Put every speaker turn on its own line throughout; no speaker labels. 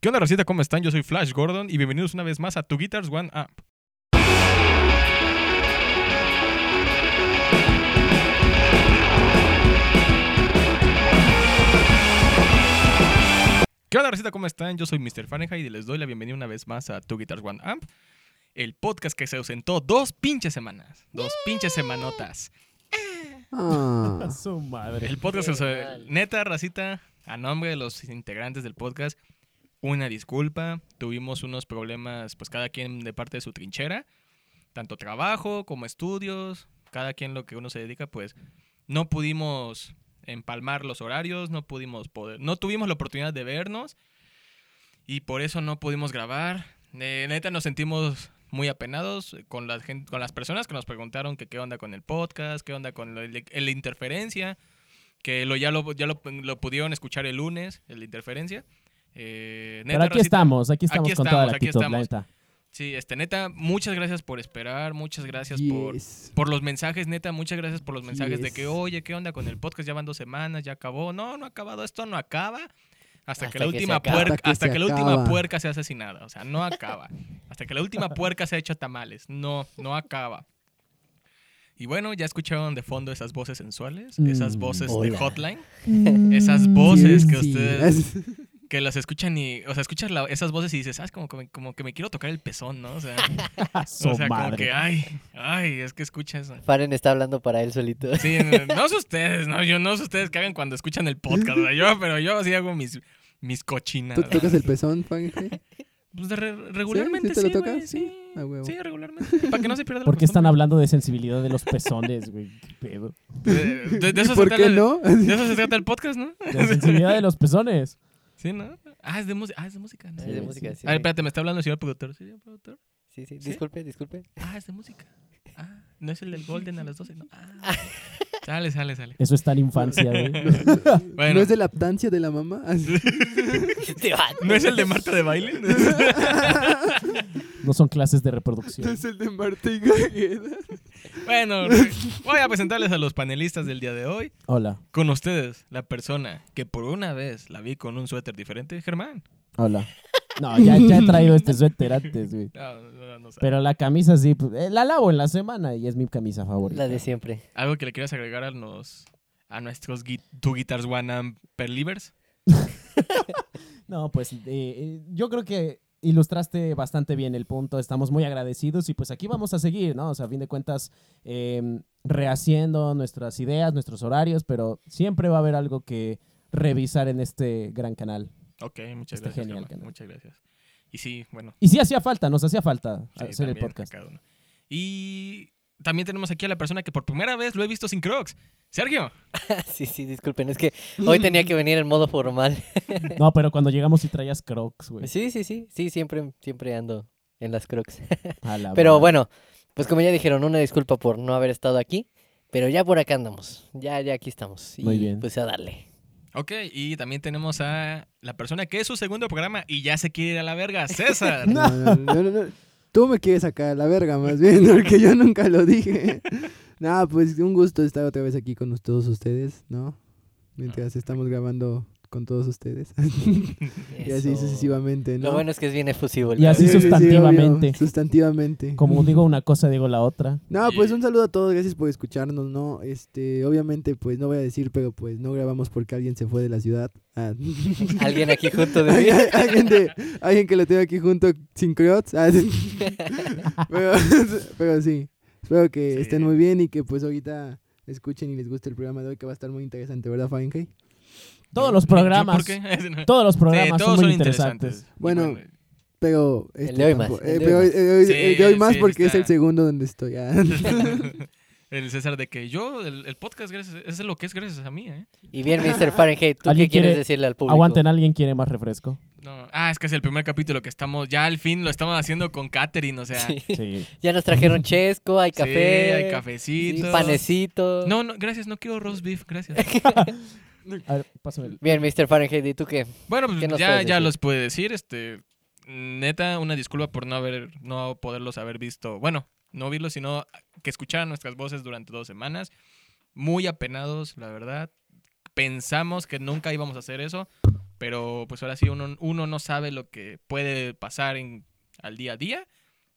¿Qué onda, Racita? ¿Cómo están? Yo soy Flash Gordon y bienvenidos una vez más a Two Guitars One Up. ¿Qué onda, Racita? ¿Cómo están? Yo soy Mr. Fahrenheit y les doy la bienvenida una vez más a Two Guitars One Amp, el podcast que se ausentó dos pinches semanas. Dos pinches semanotas.
Ah,
su madre.
El podcast, o sea,
mal.
neta, racita, a nombre de los integrantes del podcast, una disculpa. Tuvimos unos problemas, pues cada quien de parte de su trinchera, tanto trabajo como estudios, cada quien lo que uno se dedica, pues no pudimos empalmar los horarios, no pudimos poder, no tuvimos la oportunidad de vernos y por eso no pudimos grabar. Eh, neta, nos sentimos muy apenados con, la gen- con las personas que nos preguntaron que qué onda con el podcast, qué onda con lo- el- la interferencia que lo, ya, lo, ya lo, lo pudieron escuchar el lunes, el de interferencia. Eh,
Pero
neta,
aquí
racita,
estamos, aquí estamos
aquí
con toda la
estamos, aquí
actitud, la
estamos.
neta.
Sí, este, neta, muchas gracias por esperar, muchas gracias por,
yes.
por los mensajes, neta, muchas gracias por los mensajes de que,
Yes.
oye, ¿qué onda con el podcast? Ya van dos semanas, ya acabó. No, no ha acabado, esto no acaba. Hasta, que
Hasta
la
que se
última
acaba.
puerca,
Hasta que
hasta
se
que la última
acaba.
puerca sea asesinada. O sea, no acaba. hasta que la última puerca se ha hecho tamales. No, no acaba. Y bueno, ya escucharon de fondo esas voces sensuales, esas
Mm,
voces de
hola.
hotline, esas voces que
Sí,
ustedes
sí.
que las escuchan y, o sea, escuchas la- esas voces y dices, ah, es como, que me- como que me quiero tocar el pezón, ¿no? O sea,
Ah, su
o sea como
madre.
que, ay, ay, es que escucha eso.
Faren está hablando para él solito.
Sí, no, no es ustedes, no, yo no es ustedes que hagan cuando escuchan el podcast, o sea, yo, pero yo sí hago mis, mis cochinas.
¿Tú tocas el pezón, Fahrenheit?
Pues de re- regularmente
¿Sí?
sí,
¿Sí Ah, te lo
güey,
tocas?
sí,
Sí. A huevo.
sí, regularmente, para que no se pierda la
¿Por qué están
costumbre.
hablando de sensibilidad de los pezones, güey? ¿Qué pedo?
De, de- de eso se
¿Por
trata
qué
el-
no?
De eso se trata el podcast, ¿no?
De la sensibilidad de los pezones.
Sí, ¿no? Ah, es de, música ah, es de música. ¿no?
Sí, de música, sí.
A ver, espérate, me está hablando el señor productor. ¿Sí, señor productor?
Sí, sí,
¿Sí?
disculpe, disculpe.
Ah, es de música. Ah, no es el del Golden a las 12, ¿no? Ah. Sale, sale, sale.
Eso está en infancia, güey.
Bueno.
¿No es de la lactancia de la mamá?
Este vato.
¿No es el de Marta de baile?
No son clases de
¿No
reproducción.
es el de Marta y Gagueda?
bueno, voy a presentarles a los panelistas del día de hoy.
Hola,
Con ustedes, la persona que por una vez la vi con un suéter diferente, Germán.
hola. No, ya, ya he traído este suéter antes, güey.
No, no, no sé.
Pero la camisa sí, pues, eh, la lavo en la semana y es mi camisa favorita.
La de siempre.
¿Algo que le quieras agregar a, los, a nuestros gui- Two Guitars One Amp Perlivers?
No, pues eh, eh, yo creo que ilustraste bastante bien el punto, estamos muy agradecidos y pues aquí vamos a seguir, ¿no? O sea, a fin de cuentas, eh, rehaciendo nuestras ideas, nuestros horarios, pero siempre va a haber algo que revisar en este gran canal.
Ok, muchas
Está
gracias.
genial,
Germán,
Germán.
Muchas gracias. Y sí, bueno,
Y sí hacía falta, nos hacía falta
Sí,
hacer el
también,
podcast.
a cada uno. Y también tenemos aquí a la persona que por primera vez lo he visto sin Crocs. Sergio.
Ah, Sí, sí, disculpen. Es que hoy tenía que venir en modo formal.
No, pero cuando llegamos sí traías crocs, güey.
Sí, sí, sí. Sí, siempre, siempre ando en las crocs.
A la
Pero
madre.
bueno, pues como ya dijeron, una disculpa por no haber estado aquí. Pero ya por acá andamos. Ya, ya aquí estamos. Y,
Muy bien.
Pues a darle.
Ok, y también tenemos a la persona que es su segundo programa y ya se quiere ir a la verga, César.
No, no, no, no, no. Tú me quieres sacar a la verga, más bien, porque yo nunca lo dije. Nada, pues un gusto estar otra vez aquí con todos ustedes, ¿no? Mientras estamos grabando con todos ustedes. Y así
Eso.
sucesivamente, ¿no?
Lo bueno es que es bien efusivo. el
Y así
Sí, sí, sí,
sustantivamente.
obvio, sustantivamente.
Como digo una cosa, digo la otra.
No, pues
Y-
un saludo a todos, gracias por escucharnos, ¿no? Este, obviamente, pues no voy a decir, pero pues no grabamos porque alguien se fue de la ciudad. Ah.
Alguien aquí junto de mí.
Alguien- alguien, de, alguien que lo tengo aquí junto sin creots. Ah, sí. pero, pero sí, espero que
Sí.
estén muy bien y que pues ahorita escuchen y les guste el programa de hoy que va a estar muy interesante, ¿verdad, Fahrenheit?
Todos los
¿Yo por
programas,
qué? No.
todos los
Sí,
programas
todos
son muy
son
interesantes.
interesantes. Y
Bueno, Pero... este,
de hoy más,
tampoco-
el
eh,
de
pero
hoy
el
más.
de hoy-
Sí,
el de hoy más
sí,
porque es
está.
el segundo donde estoy. ah.
el César de que yo, el, el podcast, gracias, eso es lo que es gracias a mí, ¿eh?
Y bien, Mr. Fahrenheit, ¿tú
¿Alguien
qué quieres
quiere-
decirle al público?
Aguanten, ¿alguien quiere más refresco?
No, Ah, es que es el primer capítulo que estamos, ya al fin lo estamos haciendo con Katherine, o sea.
Sí.
Sí.
Ya nos trajeron chesco, hay
sí,
café.
hay
sí,
cafecito.
panecito.
No, no, gracias, no quiero roast beef, gracias.
A ver, pásame el-
Bien, Mr. Fahrenheit, ¿y tú qué?
Bueno, pues
¿Qué nos
ya,
puedes
ya
decir?
los puede decir, este, neta, una disculpa por no haber, no poderlos haber visto, bueno, no verlos, sino que escucharan nuestras voces durante dos semanas, muy apenados, la verdad, pensamos que nunca íbamos a hacer eso, Pero pues ahora sí, uno, uno no sabe lo que puede pasar en, al día a día.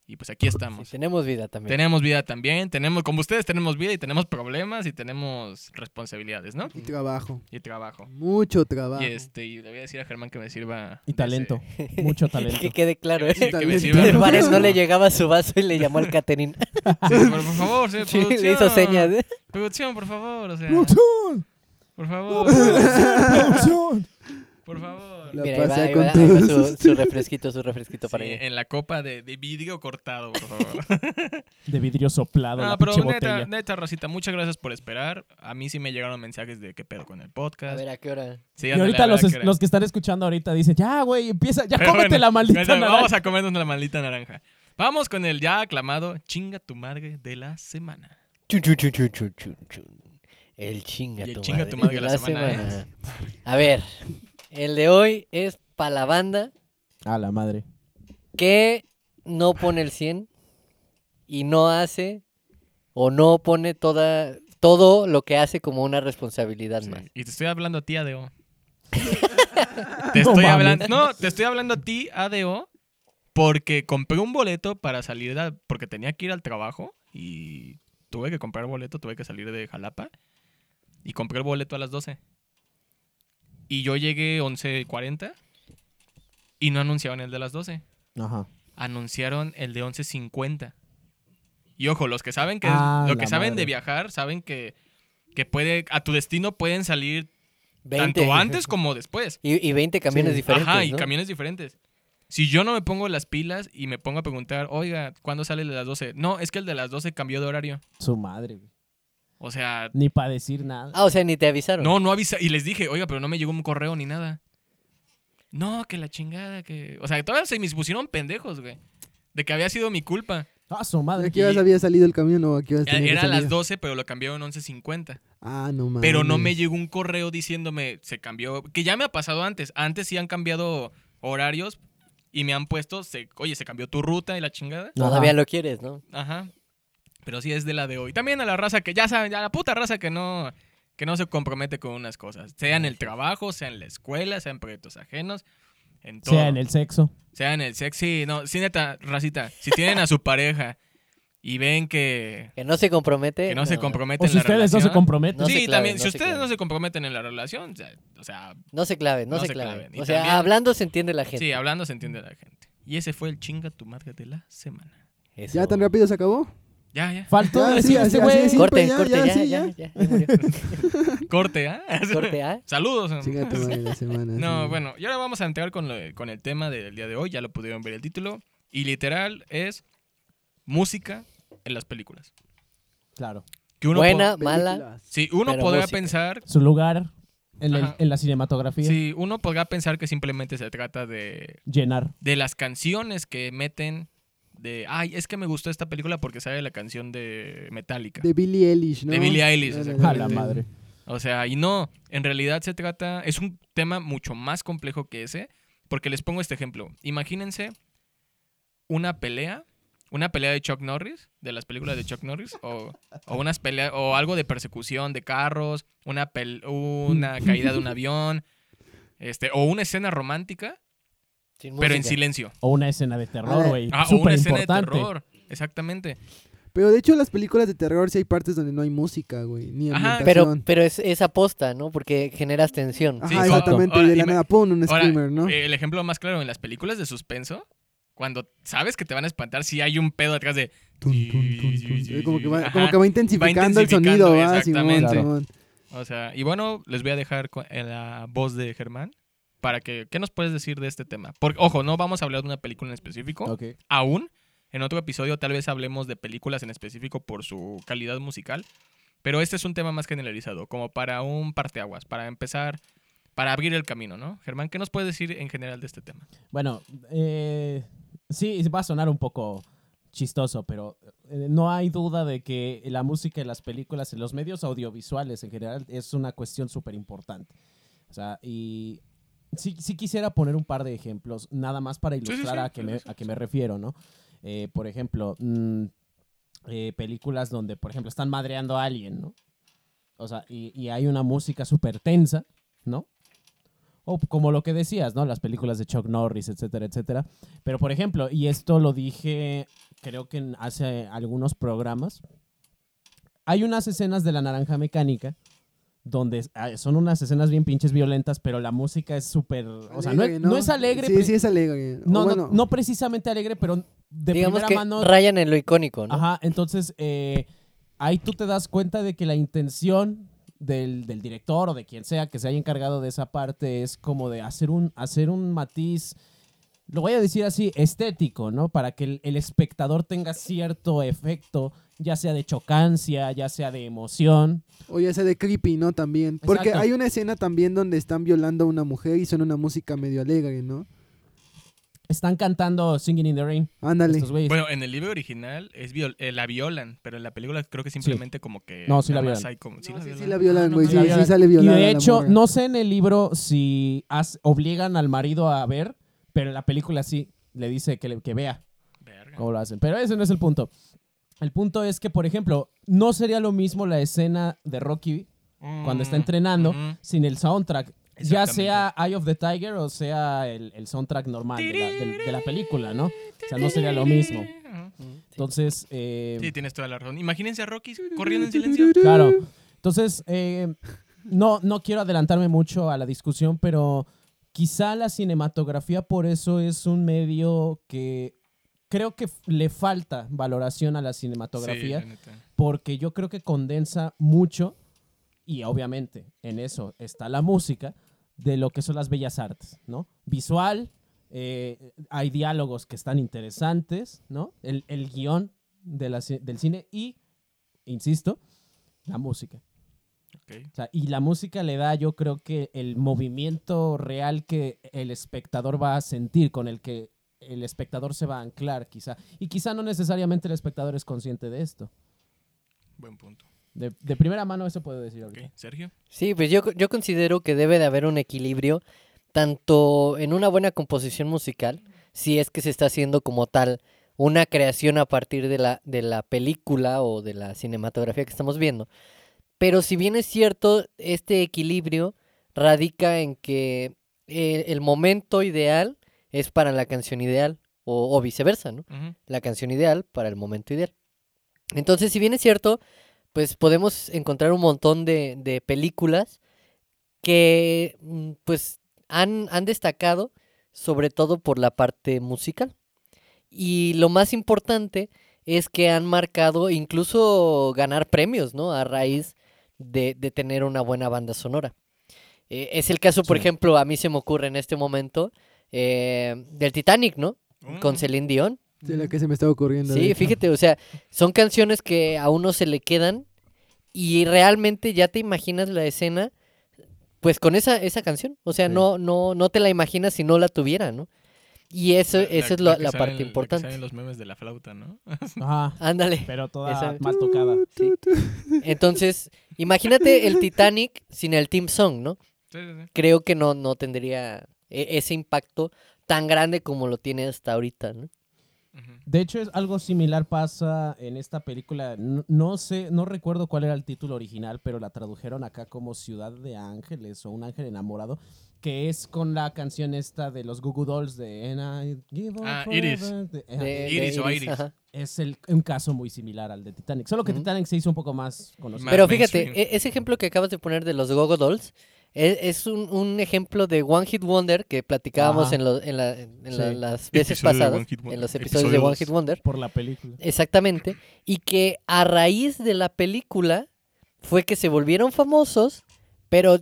Y pues aquí estamos.
Sí, tenemos vida también.
Tenemos vida también, tenemos, como ustedes tenemos vida y tenemos problemas y tenemos responsabilidades, ¿no?
Y trabajo.
Y trabajo.
Mucho trabajo.
Y este, y le voy a decir a Germán que me sirva.
Y
de
talento. Mucho talento.
Que quede claro,
ese-
¿eh?
que me
Talento.
sirva-
El Vares no le llegaba su vaso y le llamó al Caterín.
Sí, por favor, sí,
Sí,
producción.
le hizo señas. ¿eh?
Producción, por favor, o sea,
¡Producción!
por
¡No,
favor,
producción! ¡Producción!
por favor.
La
Mira, ahí va,
pasea
ahí
con
va, ahí va
todos
su, su refresquito, su refresquito para
Sí,
allá.
en la copa de, de vidrio cortado, por favor.
De vidrio soplado,
no,
la
Ah, pero
pinche
neta,
botella.
neta, Rosita, muchas gracias por esperar. A mí sí me llegaron mensajes de qué pedo con el
A
podcast.
ver, ¿a qué hora?
Sí,
Y
ándale,
ahorita
a ver
los,
a
es-
qué hora.
los que están escuchando ahorita dicen, ya, güey, empieza, ya
Pero
cómete
bueno,
la maldita
bueno, Vamos
naranja".
a comernos la maldita naranja. Vamos con el ya aclamado chinga tu madre de la semana.
Chun, chun, chun, chun, chun, chun, chun. El chinga
Y el
tu
chinga
madre
tu madre
de
la semana, ¿eh?
A ver, el de hoy es para la banda
A la madre.
que no pone el 100 y no hace o no pone toda, todo lo que hace como una responsabilidad
Sí,
más.
Y te estoy hablando a ti, ADO. te
No
estoy
mames.
hablando. No, te estoy hablando a ti, ADO, porque compré un boleto para salir a- porque tenía que ir al trabajo y tuve que comprar boleto, tuve que salir de Jalapa y compré el boleto a las 12. Y yo llegué 11:40 y no anunciaban el de las 12.
Ajá.
anunciaron el de 11.50. Y ojo, los que saben que
Ah,
lo que
la
saben de
madre.
viajar, saben que, que puede a tu destino pueden salir
20.
tanto antes como después.
Y, y 20 camiones
Sí.
diferentes.
Ajá, y
¿no?
camiones diferentes. Si yo no me pongo las pilas y me pongo a preguntar, "Oiga, ¿cuándo sale el de las 12?" No, es que el de las 12 cambió de horario.
Su madre, güey.
O sea,
Ni para decir nada.
Ah, o sea, ni te avisaron.
no no avisa y les dije, "Oiga, pero no me llegó un correo ni nada." No, que la chingada que, o sea, todavía se me pusieron pendejos, güey, de que había sido mi culpa.
Ah, su
¿A
madre.
qué horas
Y-
había salido el camión o a qué horas
Pues
tenía que
Era a las
salir?
12, pero lo cambiaron a 11.50.
Ah, no mames.
Pero
Mm.
no me llegó un correo diciéndome, se cambió, que ya me ha pasado antes. Antes sí han cambiado horarios y me han puesto, se, oye, se cambió tu ruta y la chingada.
Todavía
Ajá.
lo quieres, ¿no?
Ajá. Pero sí es de la de hoy. También a la raza que ya saben, a la puta raza que no, que no se compromete con unas cosas. Sea en el trabajo, sea en la escuela, sea en proyectos ajenos. En todo.
Sea en el sexo.
Sea en el sexy. No, sí, neta, racita. Si tienen a su pareja y ven que,
Que no se compromete.
que no se comprometen
O si
en la
ustedes no se
relación,
comprometen.
No
sí,
se claven,
también,
no
si
se
ustedes no
claven.
se comprometen en la relación, ya, o sea,
No se clave, no, se, clave.
claven. Y
O sea,
también-
hablando se entiende la gente.
sí, hablando se entiende la gente. Y ese fue el chinga tu madre de la semana.
Eso.
¿Ya tan rápido se acabó?
Ya, ya.
Faltó
Ah, sí,
decir
así-
este
así
güey.
es, sí.
Corte,
pues ya,
corte,
ya,
ya,
sí,
ya,
ya.
ya, ya murió.
Corte, ¿ah?
Corte, ¿ah?
Saludos. em.
Chinga tu madre la semana.
No,
sí.
bueno, y ahora vamos a entrar con, lo- con el tema del día de hoy. Ya lo pudieron ver el título. Y literal es música en las películas.
Claro.
Que uno
Buena,
po-
mala.
Sí, uno
pero
podrá
música.
pensar.
Su lugar en, el-
Ajá.
en la cinematografía.
Sí, uno podrá pensar que simplemente se trata de
Llenar.
de las canciones que meten de ay es que me gustó esta película porque sale la canción de Metallica
De Billie Eilish, ¿no?
De Billie Eilish,
Ah,
A
exactamente.
la madre.
o sea y no en realidad se trata es un tema mucho más complejo que ese porque les pongo este ejemplo imagínense una pelea una pelea de Chuck Norris de las películas de Chuck Norris o, o unas pelea- o algo de persecución de carros una pel- una caída de un avión este o una escena romántica
Sin
pero en
música.
silencio
O una escena de
A
terror,
ver.
güey.
Ah, o una
Súper
escena de
importante.
terror. Exactamente.
Pero de hecho, en las películas de terror sí hay partes donde no hay música, güey. Ni
Ajá.
ambientación.
Pero, pero es, es aposta, ¿no? Porque generas tensión.
Ajá,
Sí,
exacto.
exactamente.
Ahora,
y de la
ima-
nada, pum, un
Ahora,
screamer, ¿no?
eh, el ejemplo más claro, en las películas de suspenso, cuando sabes que te van a espantar, si hay un pedo atrás de...
Tun, tun, tun, tun.
sí,
Eh, Como que va,
ajá.
como que va intensificando el
intensificando,
sonido, va, Simón,
exactamente.
Simón.
O sea, y bueno, les voy a dejar con- en la voz de Germán para que... ¿Qué nos puedes decir de este tema? Porque, ojo, no vamos a hablar de una película en específico,
Ok.
aún. En otro episodio tal vez hablemos de películas en específico por su calidad musical, pero este es un tema más generalizado, como para un parteaguas, para empezar, para abrir el camino, ¿no? Germán, ¿qué nos puedes decir en general de este tema?
Bueno, eh, sí, va a sonar un poco chistoso, pero eh, no hay duda de que la música en las películas, en los medios audiovisuales en general, es una cuestión súper importante. O sea, y sí, sí quisiera poner un par de ejemplos, nada más para
sí,
ilustrar
sí,
a, qué me, a qué me refiero, ¿no? Eh, por ejemplo, mm, eh, películas donde, por ejemplo, están madreando a alguien, ¿no? O sea, y, y hay una música súper tensa, ¿no? O como lo que decías, ¿no? Las películas de Chuck Norris, etcétera, etcétera. Pero, por ejemplo, y esto lo dije creo que en- hace algunos programas, hay unas escenas de La Naranja Mecánica donde es- ah, son unas escenas bien pinches violentas, pero la música es súper... O sea, no es,
Alegre,
no es alegre.
Sí,
pre-
sí es alegre. O
no, no-
bueno,
no, precisamente alegre, pero de
Digamos
primera
que
mano...
rayan en lo icónico, ¿no?
Ajá, entonces eh, ahí tú te das cuenta de que la intención del, del director o de quien sea que se haya encargado de esa parte es como de hacer un, hacer un matiz, lo voy a decir así, estético, ¿no? Para que el, el espectador tenga cierto efecto, ya sea de chocancia, ya sea de emoción.
O ya sea de creepy, ¿no? También. Porque
Exacto.
hay una escena también donde están violando a una mujer y suena una música medio alegre, ¿no?
Están cantando Singing in the Rain.
Ándale.
estos güeyes.
Bueno, en el libro original es viol- eh, la violan, pero en la película creo que simplemente como que...
No, sí la
nada más
violan.
hay como- ¿sí
No,
la
sí, sí
violan? Ah,
la violan,
no
güey.
mames.
sí,
la
sí
violan.
sale
Y
violada.
de
la
hecho,
morra.
no sé en el libro si as- obligan al marido a ver, pero en la película sí le dice que, le- que vea.
Verga.
cómo lo hacen. Pero ese no es el punto. El punto es que, por ejemplo, no sería lo mismo la escena de Rocky cuando está
Mm,
entrenando
ujú.
sin el soundtrack. Ya
Exactamente.
sea Eye of the Tiger o sea el, el soundtrack normal de la, del- de la película, ¿no? O sea, no sería lo mismo.
Ajá.
Entonces, eh,
Sí, tienes toda la razón. Imagínense a Rocky corriendo en silencio.
Claro. Entonces, eh, no, no quiero adelantarme mucho a la discusión, pero quizá la cinematografía por eso es un medio que creo que f- le falta valoración a la cinematografía,
Sí, la neta.
porque yo creo que condensa mucho, y obviamente en eso está la música, de lo que son las bellas artes, ¿no? Visual, eh, hay diálogos que están interesantes, ¿no? El, el guión de la ci- del cine y, insisto, la música.
Ok.
O sea, y la música le da, yo creo que el movimiento real que el espectador va a sentir, con el que el espectador se va a anclar, quizá. Y quizá no necesariamente el espectador es consciente de esto.
Buen punto.
De, de primera mano eso puedo decir
Ok,
ahorita.
Sergio.
Sí, pues yo, yo considero que debe de haber un equilibrio tanto en una buena composición musical, si es que se está haciendo como tal una creación a partir de la, de la película o de la cinematografía que estamos viendo. Pero si bien es cierto, este equilibrio radica en que eh, el momento ideal es para la canción ideal o, o viceversa, ¿no?
Ujú.
la canción ideal para el momento ideal. Entonces, si bien es cierto, pues podemos encontrar un montón de, de películas que mm, pues han, han destacado sobre todo por la parte musical. Y lo más importante es que han marcado incluso ganar premios, ¿no? A raíz de, de tener una buena banda sonora. Eh, es el caso, por
Sí.
ejemplo, a mí se me ocurre en este momento eh, del Titanic, ¿no? Con
Mm.
Celine Dion.
Sí, la que se me está ocurriendo.
Sí,
ahorita.
fíjate, o sea, son canciones que a uno se le quedan y realmente ya te imaginas la escena pues con esa, esa canción, o sea,
Sí.
no no no te la imaginas si no la tuviera, ¿no? Y eso esa es la,
que
la
sale en-
parte
que
importante.
sale en los memes de la flauta, ¿no?
Ajá,
Ándale.
pero toda
Esa-
más tocada.
Sí. Entonces, imagínate el Titanic sin el team song, ¿no?
Sí, sí, sí.
Creo que no no tendría e- ese impacto tan grande como lo tiene hasta ahorita, ¿no?
Ujú.
De hecho, es algo similar pasa en esta película. No, no sé, no recuerdo cuál era el título original, pero la tradujeron acá como Ciudad de Ángeles o Un Ángel Enamorado, que es con la canción esta de los Goo Goo Dolls de And I Give Up
Ah, Iris.
Forever", de- ajá.
De-
Iris
de
o Iris.
ajá.
Es el- un caso muy similar al de Titanic, solo que
Ujú.
Titanic se hizo un poco más conocido.
Más
Pero fíjate,
mainstream.
e- ese ejemplo que acabas de poner de los Gogo Dolls e- es, un, un ejemplo de One Hit Wonder que platicábamos
Ajá.
en, lo- en la- en la-
Sí.
las veces
Episodio de One
pasadas,
Hit Wonder.
en los episodios de
Episodio
One
dos.
Hit Wonder,
Por la película.
exactamente, y que a raíz de la película fue que se volvieron famosos, pero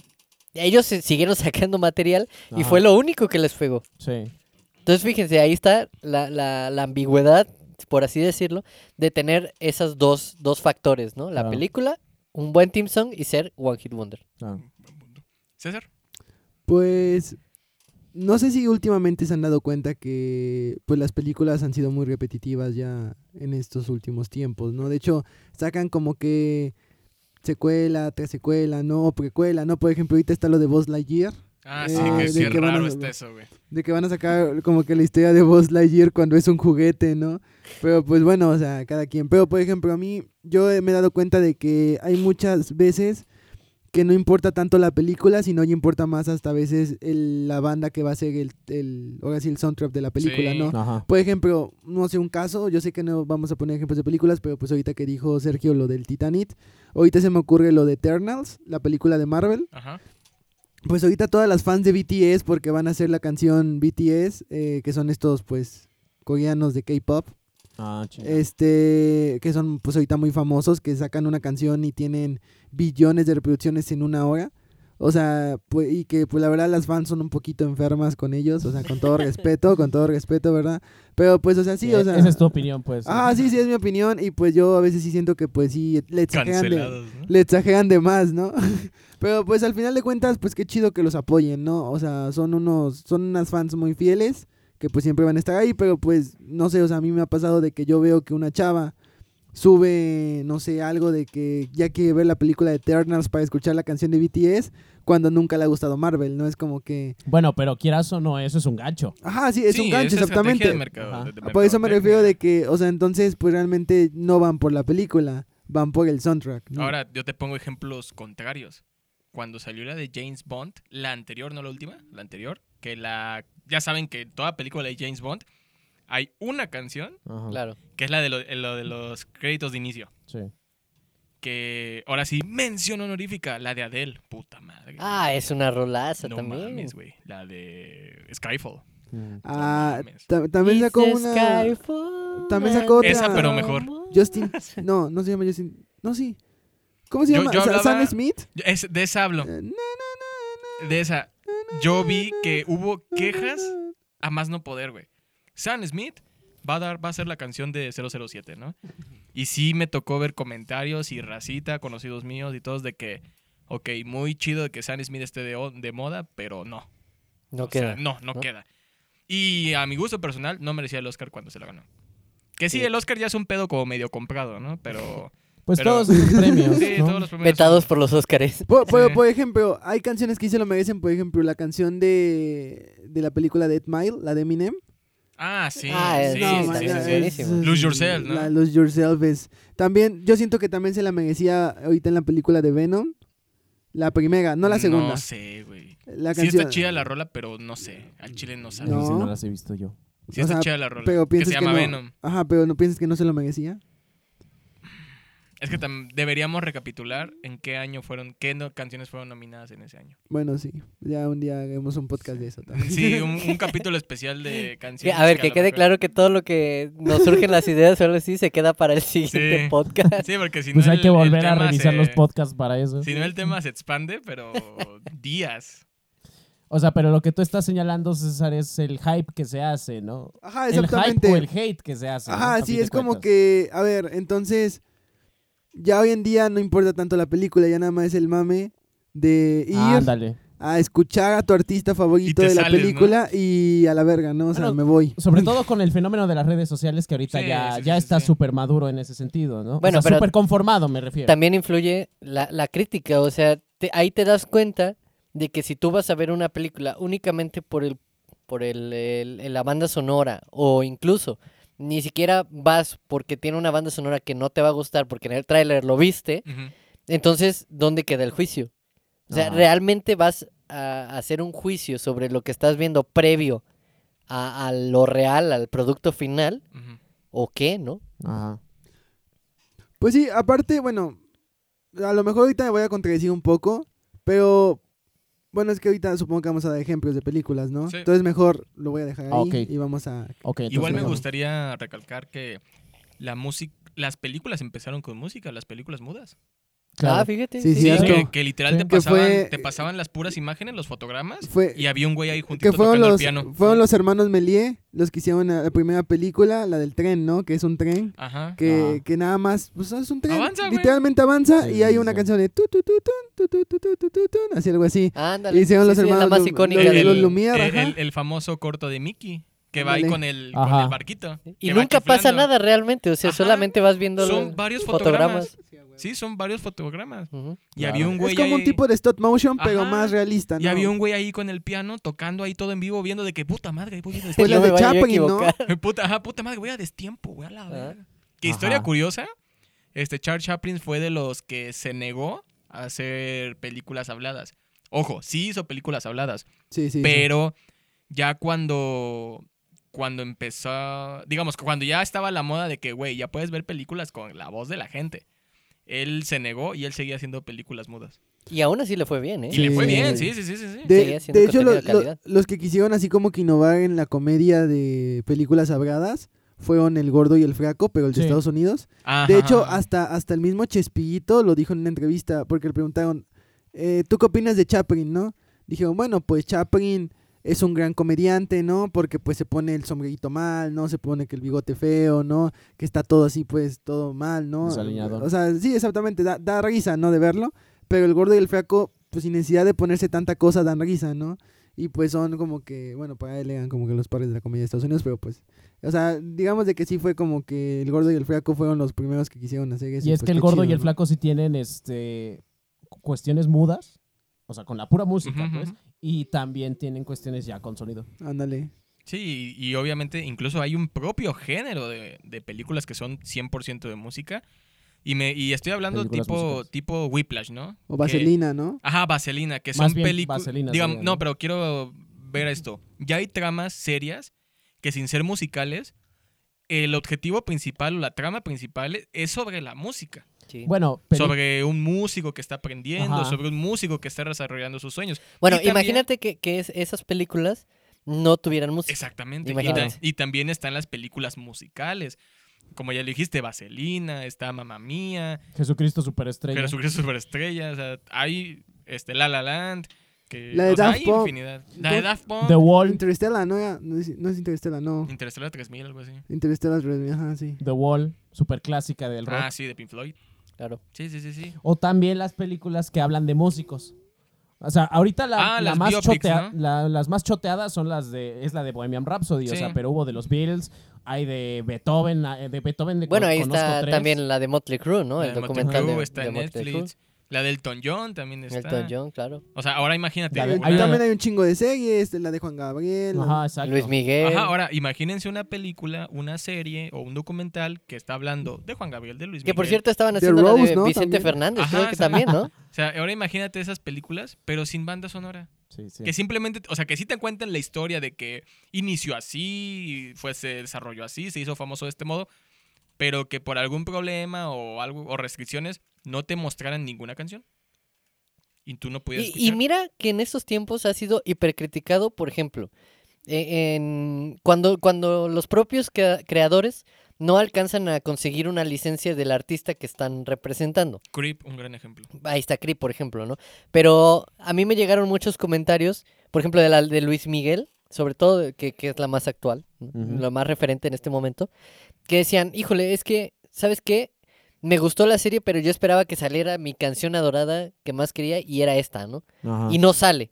ellos se- siguieron sacando material y
Ajá,
fue lo único que les pegó.
Sí.
Entonces fíjense, ahí está la, la- la ambigüedad, por así decirlo, de tener esos dos, dos factores, ¿no? La
Claro.
película, un buen team song y ser One Hit Wonder.
ah.
Buen punto. César.
Pues no sé si últimamente se han dado cuenta que pues las películas han sido muy repetitivas ya en estos últimos tiempos, ¿no? De hecho, sacan como que secuela, tras secuela, no, precuela, ¿no? Por ejemplo, ahorita está lo de Buzz Lightyear,
Ah,
Eh,
sí,
ah,
que
de
qué
que van a-
raro está eso, güey.
de que van a sacar como que la historia de Buzz Lightyear cuando es un juguete, ¿no? Pero pues bueno, o sea, cada quien. Pero por ejemplo, a mí yo he- me he dado cuenta de que hay muchas veces que no importa tanto la película, sino ya importa más hasta a veces el- la banda que va a ser el, el, ahora sí, el soundtrack de la película,
Sí.
¿no?
Ajá.
Por ejemplo, no sé, un caso, yo sé que no vamos a poner ejemplos de películas, pero pues ahorita que dijo Sergio lo del Titanic, ahorita se me ocurre lo de Eternals, la película de Marvel.
Ajá.
Pues ahorita todas las fans de BTS, porque van a hacer la canción BTS, eh, que son estos pues coreanos de K-Pop,
Ah, chinga.
Eh, este, que son pues ahorita muy famosos, que sacan una canción y tienen billones de reproducciones en una hora. O sea, pues, y que pues la verdad las fans son un poquito enfermas con ellos, o sea, con todo respeto, con todo respeto, ¿verdad? Pero pues, o sea, sí, o sea...
Esa Eh, es tu opinión, pues.
Ah, sí, sí, es mi opinión. Y pues yo a veces sí siento que pues sí, le exageran, de,
Cancelados, ¿no?
le exageran de más, ¿no? Pero pues al final de cuentas, pues qué chido que los apoyen, ¿no? O sea, son unos, son unas fans muy fieles que pues siempre van a estar ahí, pero pues no sé, o sea, a mí me ha pasado de que yo veo que una chava sube, no sé, algo de que ya quiere ver la película de Eternals para escuchar la canción de BTS cuando nunca le ha gustado Marvel, ¿no? Es como que...
Bueno, pero quieras o no, eso es un gancho.
Ajá, sí, es un gancho, exactamente.
Ajá.
Por eso
¿eh?
me refiero de que, o sea, entonces, pues realmente no van por la película, van por el soundtrack. ¿no?
Ahora, yo te pongo ejemplos contrarios. Cuando salió la de James Bond, la anterior, no la última, la anterior, que la... Ya saben que en toda película de James Bond hay una canción
Ajá.
Claro.
que es la de, lo- eh, lo de los créditos de inicio.
Sí.
Que ahora sí, mención honorífica, la de Adele. Puta madre.
Ah, es una rolaza
no
también.
mames, güey. La de Skyfall.
Mm.
Ah,
No mames.
ta- también sacó
It's
una...
Skyfall,
también sacó otra-
Esa, pero mejor.
Justin... No, no se llama Justin... No, sí. ¿Cómo se
Yo-
llama?
yo
Sa-
hablaba-
¿Sam Smith?
Yo- es- de esa hablo.
Eh, no, no, no,
De esa.
no, no,
Yo
no,
vi
no,
que hubo
no,
quejas
no, no.
a más no poder, güey. Sam Smith va a dar, va a ser la canción de 007, ¿no? Y sí me tocó ver comentarios y racita, conocidos míos y todos de que, ok, muy chido de que Sam Smith esté de, o- de moda, pero no.
No
O sea,
queda.
no, no,
¿no?
queda. Y a mi gusto personal, no merecía el Oscar cuando se lo ganó. Que sí,
Sí.
el Oscar ya es un pedo como medio comprado, ¿no? Pero.
Pues
pero-
todos los premios.
Sí,
¿no?
todos los premios
Vetados
son-
por los Óscares.
Por, por-
Sí.
por ejemplo, hay canciones que sí se lo merecen. Por ejemplo, la canción de, de la película de Ed Mile, la de Eminem.
Ah, sí.
Ah, es-
eh,
sí,
no,
sí,
man,
sí,
ya,
sí.
es-
sí. Lose Yourself, ¿no?
La Lose Yourself es... También, yo siento que también se la merecía ahorita en la película de Venom. La primera, no la segunda.
No sé, güey.
La
Sí
canción.
está chida la rola, pero no sé. Al chile no sabe.
Esas sí
No.
no las he visto yo.
Sí
O
está
sea,
chida la rola.
Pero
que
piensas
se
que,
llama
no...
Venom.
Ajá, pero no piensas que no se lo merecía.
Es que tam- deberíamos recapitular en qué año fueron, qué no- canciones fueron nominadas en ese año.
Bueno, sí. Ya un día haremos un podcast de eso también.
Sí, un, un capítulo especial de
Que-
canciones.
a ver, que
lo
quede
mejor-
claro que todo lo que nos surgen las ideas solo sí se queda para el siguiente
Sí.
podcast.
Sí, porque si
Pues
no.
hay
el-
que
el
volver a
tema
revisar
se-
los podcasts para eso.
Si no, el tema se expande, pero días.
O sea, pero lo que tú estás señalando, César, es el hype que se hace, ¿no?
Ajá,
El hype o
exactamente.
el hate que se hace. ¿no? A
Ajá,
fin
sí,
de
es como
cuentas.
que... A ver, entonces... Ya hoy en día no importa tanto la película, ya nada más es el mame de ir
Ah, ándale.
a escuchar a tu artista favorito
te
de la
sales, ¿no?
película y a la verga, ¿no? O sea,
Bueno,
me voy.
Sobre todo con el fenómeno de las redes sociales que ahorita
Sí,
ya,
sí,
ya
sí,
está
sí.
súper maduro en ese sentido, ¿no?
Bueno,
o sea,
pero-
súper conformado, me refiero.
También influye la, la crítica, o sea, te- ahí te das cuenta de que si tú vas a ver una película únicamente por el por el, el- el- la banda sonora o incluso ni siquiera vas porque tiene una banda sonora que no te va a gustar porque en el tráiler lo viste,
Ujú.
entonces ¿dónde queda el juicio? O sea,
Ajá.
realmente vas a hacer un juicio sobre lo que estás viendo previo a, a lo real, al producto final
Ujú.
o qué, ¿no?
Ajá.
Pues sí, aparte, bueno, a lo mejor ahorita me voy a contradecir un poco, pero bueno, es que ahorita supongo que vamos a dar ejemplos de películas, ¿no?
Sí.
Entonces mejor lo voy a dejar ahí
Ah, ok.
y vamos a...
Ok, entonces
Igual me
mejor.
gustaría recalcar que la música. Las películas empezaron con música, las películas mudas.
Claro.
Ah, fíjate.
Sí,
Sí,
Cierto.
que, que literal
Sí.
te
Que
pasaban,
fue-
te pasaban las puras imágenes, los fotogramas,
Fue,
y había un güey ahí
que
juntito
fueron
tocando
los,
el piano.
fueron los hermanos Melie los que hicieron la, la primera película, la del tren, ¿no? Que es un tren.
Ajá.
Que,
Ah.
que nada más, pues es un tren.
Avanza, güey.
literalmente avanza
Sí,
y hay
sí,
una
sí.
canción de tu, tu, tu, tun, tu, tu, tu, tu, tu, tu, tun, así algo así.
Ándale.
Le hicieron
sí,
los
sí, es
hermanos
la más
Lu-
icónica
Lu-
del-
los Lumière,
el-
ajá.
el- el famoso corto de Mickey, que va ahí
Ándale.
con el, con
Ajá.
el barquito.
Y
que va
nunca pasa
chiflando.
nada realmente, o sea,
Ajá.
solamente vas viendo
Son
los
varios
fotogramas.
Sí, son varios fotogramas.
Ujú.
Y
Claro.
había un güey
Es como
ahí,
un tipo de stop motion, pero
Ajá.
más realista, ¿no?
Y había un güey ahí con el piano tocando ahí todo en vivo, viendo de que puta madre, ahí voy a
Pues
destiempo.
la
No me
de
vaya yo a
Chaplin, ¿no?
equivocar.
puta, ajá, puta madre, voy a destiempo, güey, a la
Ah. Ajá.
verga. Qué historia
Ajá.
curiosa. Este Charles Chaplin fue de los que se negó hacer películas habladas. Ojo, sí hizo películas habladas,
Sí, sí. sí.
pero ya cuando cuando empezó, digamos, cuando ya estaba la moda de que, güey, ya puedes ver películas con la voz de la gente. Él se negó y él seguía haciendo películas mudas.
Y aún así le fue bien, ¿eh?
Y le fue
Sí.
bien, sí, sí, sí, sí. sí.
De,
Seguía haciendo
de hecho,
contenido
lo-
de
lo-
calidad.
los que quisieron así como que innovar en la comedia de películas habladas fueron el gordo y el fraco, pero el
Sí.
de Estados Unidos.
Ajá.
De hecho, hasta, hasta el mismo Chespillito lo dijo en una entrevista, porque le preguntaron, eh, ¿tú qué opinas de Chaplin, no? Dijeron, bueno, pues Chaplin es un gran comediante, ¿no? Porque pues se pone el sombrerito mal, ¿no? Se pone que el bigote feo, ¿no? Que está todo así, pues, todo mal, ¿no?
Desaliñado.
O sea, sí, exactamente, da, da risa, ¿no? De verlo, pero el gordo y el fraco, pues sin necesidad de ponerse tanta cosa, dan risa, ¿no? Y pues son como que, bueno, para él eran como que los padres de la comedia de Estados Unidos, pero pues o sea, digamos de que sí fue como que el gordo y el flaco fueron los primeros que quisieron hacer eso.
Y es
pues,
que el
qué
gordo
chido,
y el
¿no?
flaco sí tienen este cu- cuestiones mudas, o sea, con la pura música,
Ujú,
pues,
ujú.
y también tienen cuestiones ya con sonido.
Ándale.
Sí, y, y obviamente incluso hay un propio género de, de películas que son 100% de música. Y, me, y estoy hablando
Películas
tipo,
musicales.
tipo Whiplash, ¿no?
O
Que-
vaselina, ¿no?
Ajá, Vaselina, que
Más
son
bien
películas.
Vaselina
Digamos,
sería,
no,
¿no?
pero quiero ver esto. Ya hay tramas serias que sin ser musicales, el objetivo principal o la trama principal es sobre la música.
Sí.
Bueno, peli-
Sobre un músico que está aprendiendo,
Ajá.
sobre un músico que está desarrollando sus sueños.
Bueno,
Y también-
imagínate que, que es- esas películas no tuvieran música.
Exactamente. Y,
Imagínate.
ta- y también están las películas musicales. Como ya le dijiste, Vaselina, está Mamma Mía,
Jesucristo Superestrella.
Jesucristo Superestrella, o sea, hay este, La La Land, que
La de
o sea,
Daft
hay
Punk.
infinidad. La de Daft Punk,
The Wall,
Interestela, ¿no? Era- No es, no es Interestela, no.
Interstellar 3000, algo así.
Interestela, es- ajá, sí.
The Wall, super clásica del rock.
Ah, sí, de Pink Floyd.
Claro.
Sí, sí, sí, sí.
O también las películas que hablan de músicos. O sea, ahorita la,
Ah,
la
las
más
biopics,
chotea-
¿no?
la- las más choteadas son las de es la de Bohemian Rhapsody, o
Sí.
sea, pero hubo de los Beatles, hay de Beethoven, eh, de Beethoven de
Bueno, ahí
conozco
está
tres.
también la de Motley Crue, ¿no?
La
El
de Motley
documental
Crue
de,
está
de
en
Motley Crue.
Netflix. La del Elton John también está.
Elton John, claro.
O sea, ahora imagínate.
La de-
una-
Ahí
Ahí-
también hay un chingo de series, la de Juan Gabriel.
Ajá, exacto.
Luis Miguel.
Ajá, ahora imagínense una película, una serie o un documental que está hablando de Juan Gabriel de Luis
que por
Miguel.
cierto estaban
The
haciendo la
Rose,
de
¿no?
Vicente
También.
Fernández,
Ajá,
creo que
esa-
también, ¿no?
O sea, ahora imagínate esas películas, pero sin banda sonora.
Sí, sí.
Que simplemente, o sea, que sí te cuentan la historia de que inició así, fue, se desarrolló así, se hizo famoso de este modo, pero que por algún problema o algo o restricciones no te mostraran ninguna canción. Y tú no pudieras
Y, y
escuchar.
mira que en estos tiempos ha sido hipercriticado, por ejemplo, e- en- cuando, cuando los propios crea- creadores no alcanzan a conseguir una licencia del artista que están representando.
Creep, un gran ejemplo.
Ahí está Cree, por ejemplo, ¿no? Pero a mí me llegaron muchos comentarios, por ejemplo, de la de Luis Miguel, sobre todo, de- que, que es la más actual, ¿no?
Ujú.
la más referente en este momento, que decían, híjole, es que, ¿sabes qué? Me gustó la serie, pero yo esperaba que saliera mi canción adorada que más quería y era esta, ¿no?
Ajá.
y no sale.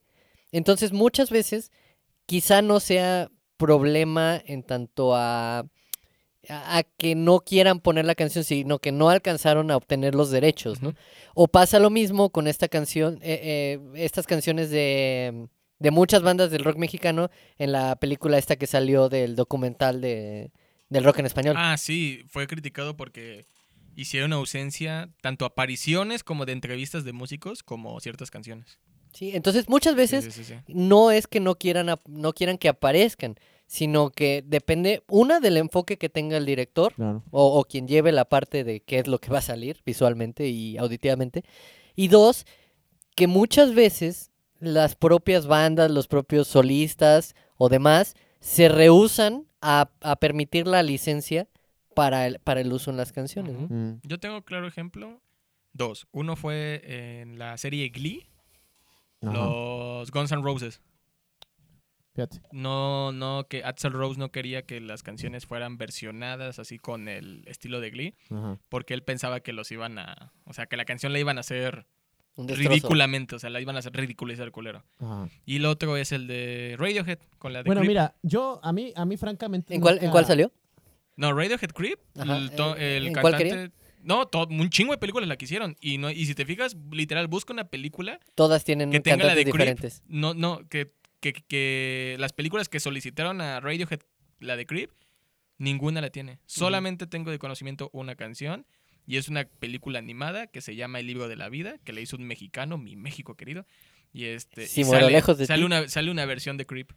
Entonces, muchas veces, quizá no sea problema en tanto a, a, a que no quieran poner la canción, sino que no alcanzaron a obtener los derechos, ¿no?
Ujú.
O pasa lo mismo con esta canción, eh, eh, estas canciones de, de muchas bandas del rock mexicano en la película esta que salió del documental de, del rock en español.
Ah, sí, fue criticado porque hicieron ausencia tanto apariciones como de entrevistas de músicos como ciertas canciones.
Sí, entonces, muchas
Sí,
veces
sí, sí, sí.
no es que no quieran, ap- no quieran que aparezcan, sino que depende, una, del enfoque que tenga el director.
Claro.
o, o quien lleve la parte de qué es lo que va a salir visualmente y auditivamente. Y dos, que muchas veces las propias bandas, los propios solistas o demás se rehusan a, a permitir la licencia para el, para el uso en las canciones. ¿no?
Ujú. Yo tengo claro ejemplo. Dos. Uno fue en la serie Glee,
Ajá.
los Guns N' Roses.
Fíjate.
No, no, que Axel Rose no quería que las canciones fueran versionadas así con el estilo de Glee,
Ajá.
porque él pensaba que los iban a. O sea, que la canción la iban a hacer
Un destrozo.
ridículamente, o sea, la iban a hacer ridiculizar, culero.
Ajá.
Y el otro es el de Radiohead, con la de
Bueno,
Creep.
mira, yo a mí a mí francamente
¿En cuál, ¿En cuál
nunca-
salió?
No, Radiohead Creep,
Ajá,
el, to-
eh,
el
¿en cuál
cantante. no, todo, un chingo de películas la que hicieron. Y, no, y si te fijas, literal, busca una película
Todas tienen
que tenga la
cantantes
de Creep.
diferentes.
No, no, que, que, que las películas que solicitaron a Radiohead, la de Creep, ninguna la tiene. Solamente tengo de conocimiento una canción Y es una película animada que se llama El libro de la vida, que le hizo un mexicano, mi México querido. Y este y
Sí, muero
sale,
lejos de
sale
ti.
una, sale una versión de Creep.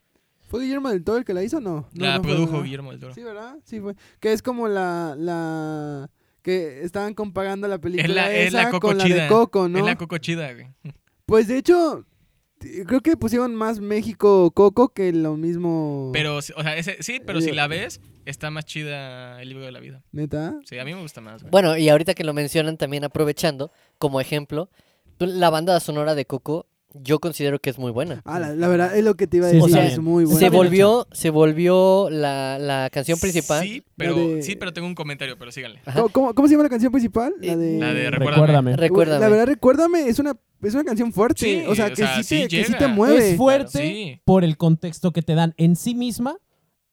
¿Fue Guillermo del Toro el que la hizo o no? No,
la
no fue,
produjo
¿verdad?
Guillermo del Toro.
Sí, ¿verdad? Sí fue. Que es como la... la... Que estaban comparando la película
es la, es
esa
la coco
con la
chida. ¿eh?
de Coco, ¿no?
Es la coco chida, güey.
Pues de hecho, t- creo que pusieron más México Coco que lo mismo.
Pero, o sea, ese- sí, pero si la ves, está más chida el libro de la vida.
Neta.
Sí, a mí me gusta más, güey.
Bueno, y ahorita que lo mencionan también aprovechando como ejemplo, la banda sonora de Coco yo considero que es muy buena.
Ah, la, la verdad es lo que te iba a
Sí,
decir,
está
es
bien.
muy
Está
bueno.
se
bien
volvió, se volvió la, la canción principal.
Sí, pero,
de-
sí, pero tengo un comentario, pero síganle.
Ajá.
¿Cómo- ¿Cómo, cómo se llama la canción principal? La
Eh,
de.
La de Recuérdame.
Recuérdame.
Recuérdame.
La verdad, recuérdame, es una, es una canción fuerte.
Sí,
o sea,
o
que,
sea,
sí,
sí
te, que sí
llega.
te mueve.
Es fuerte
Sí.
por el contexto que te dan en sí misma.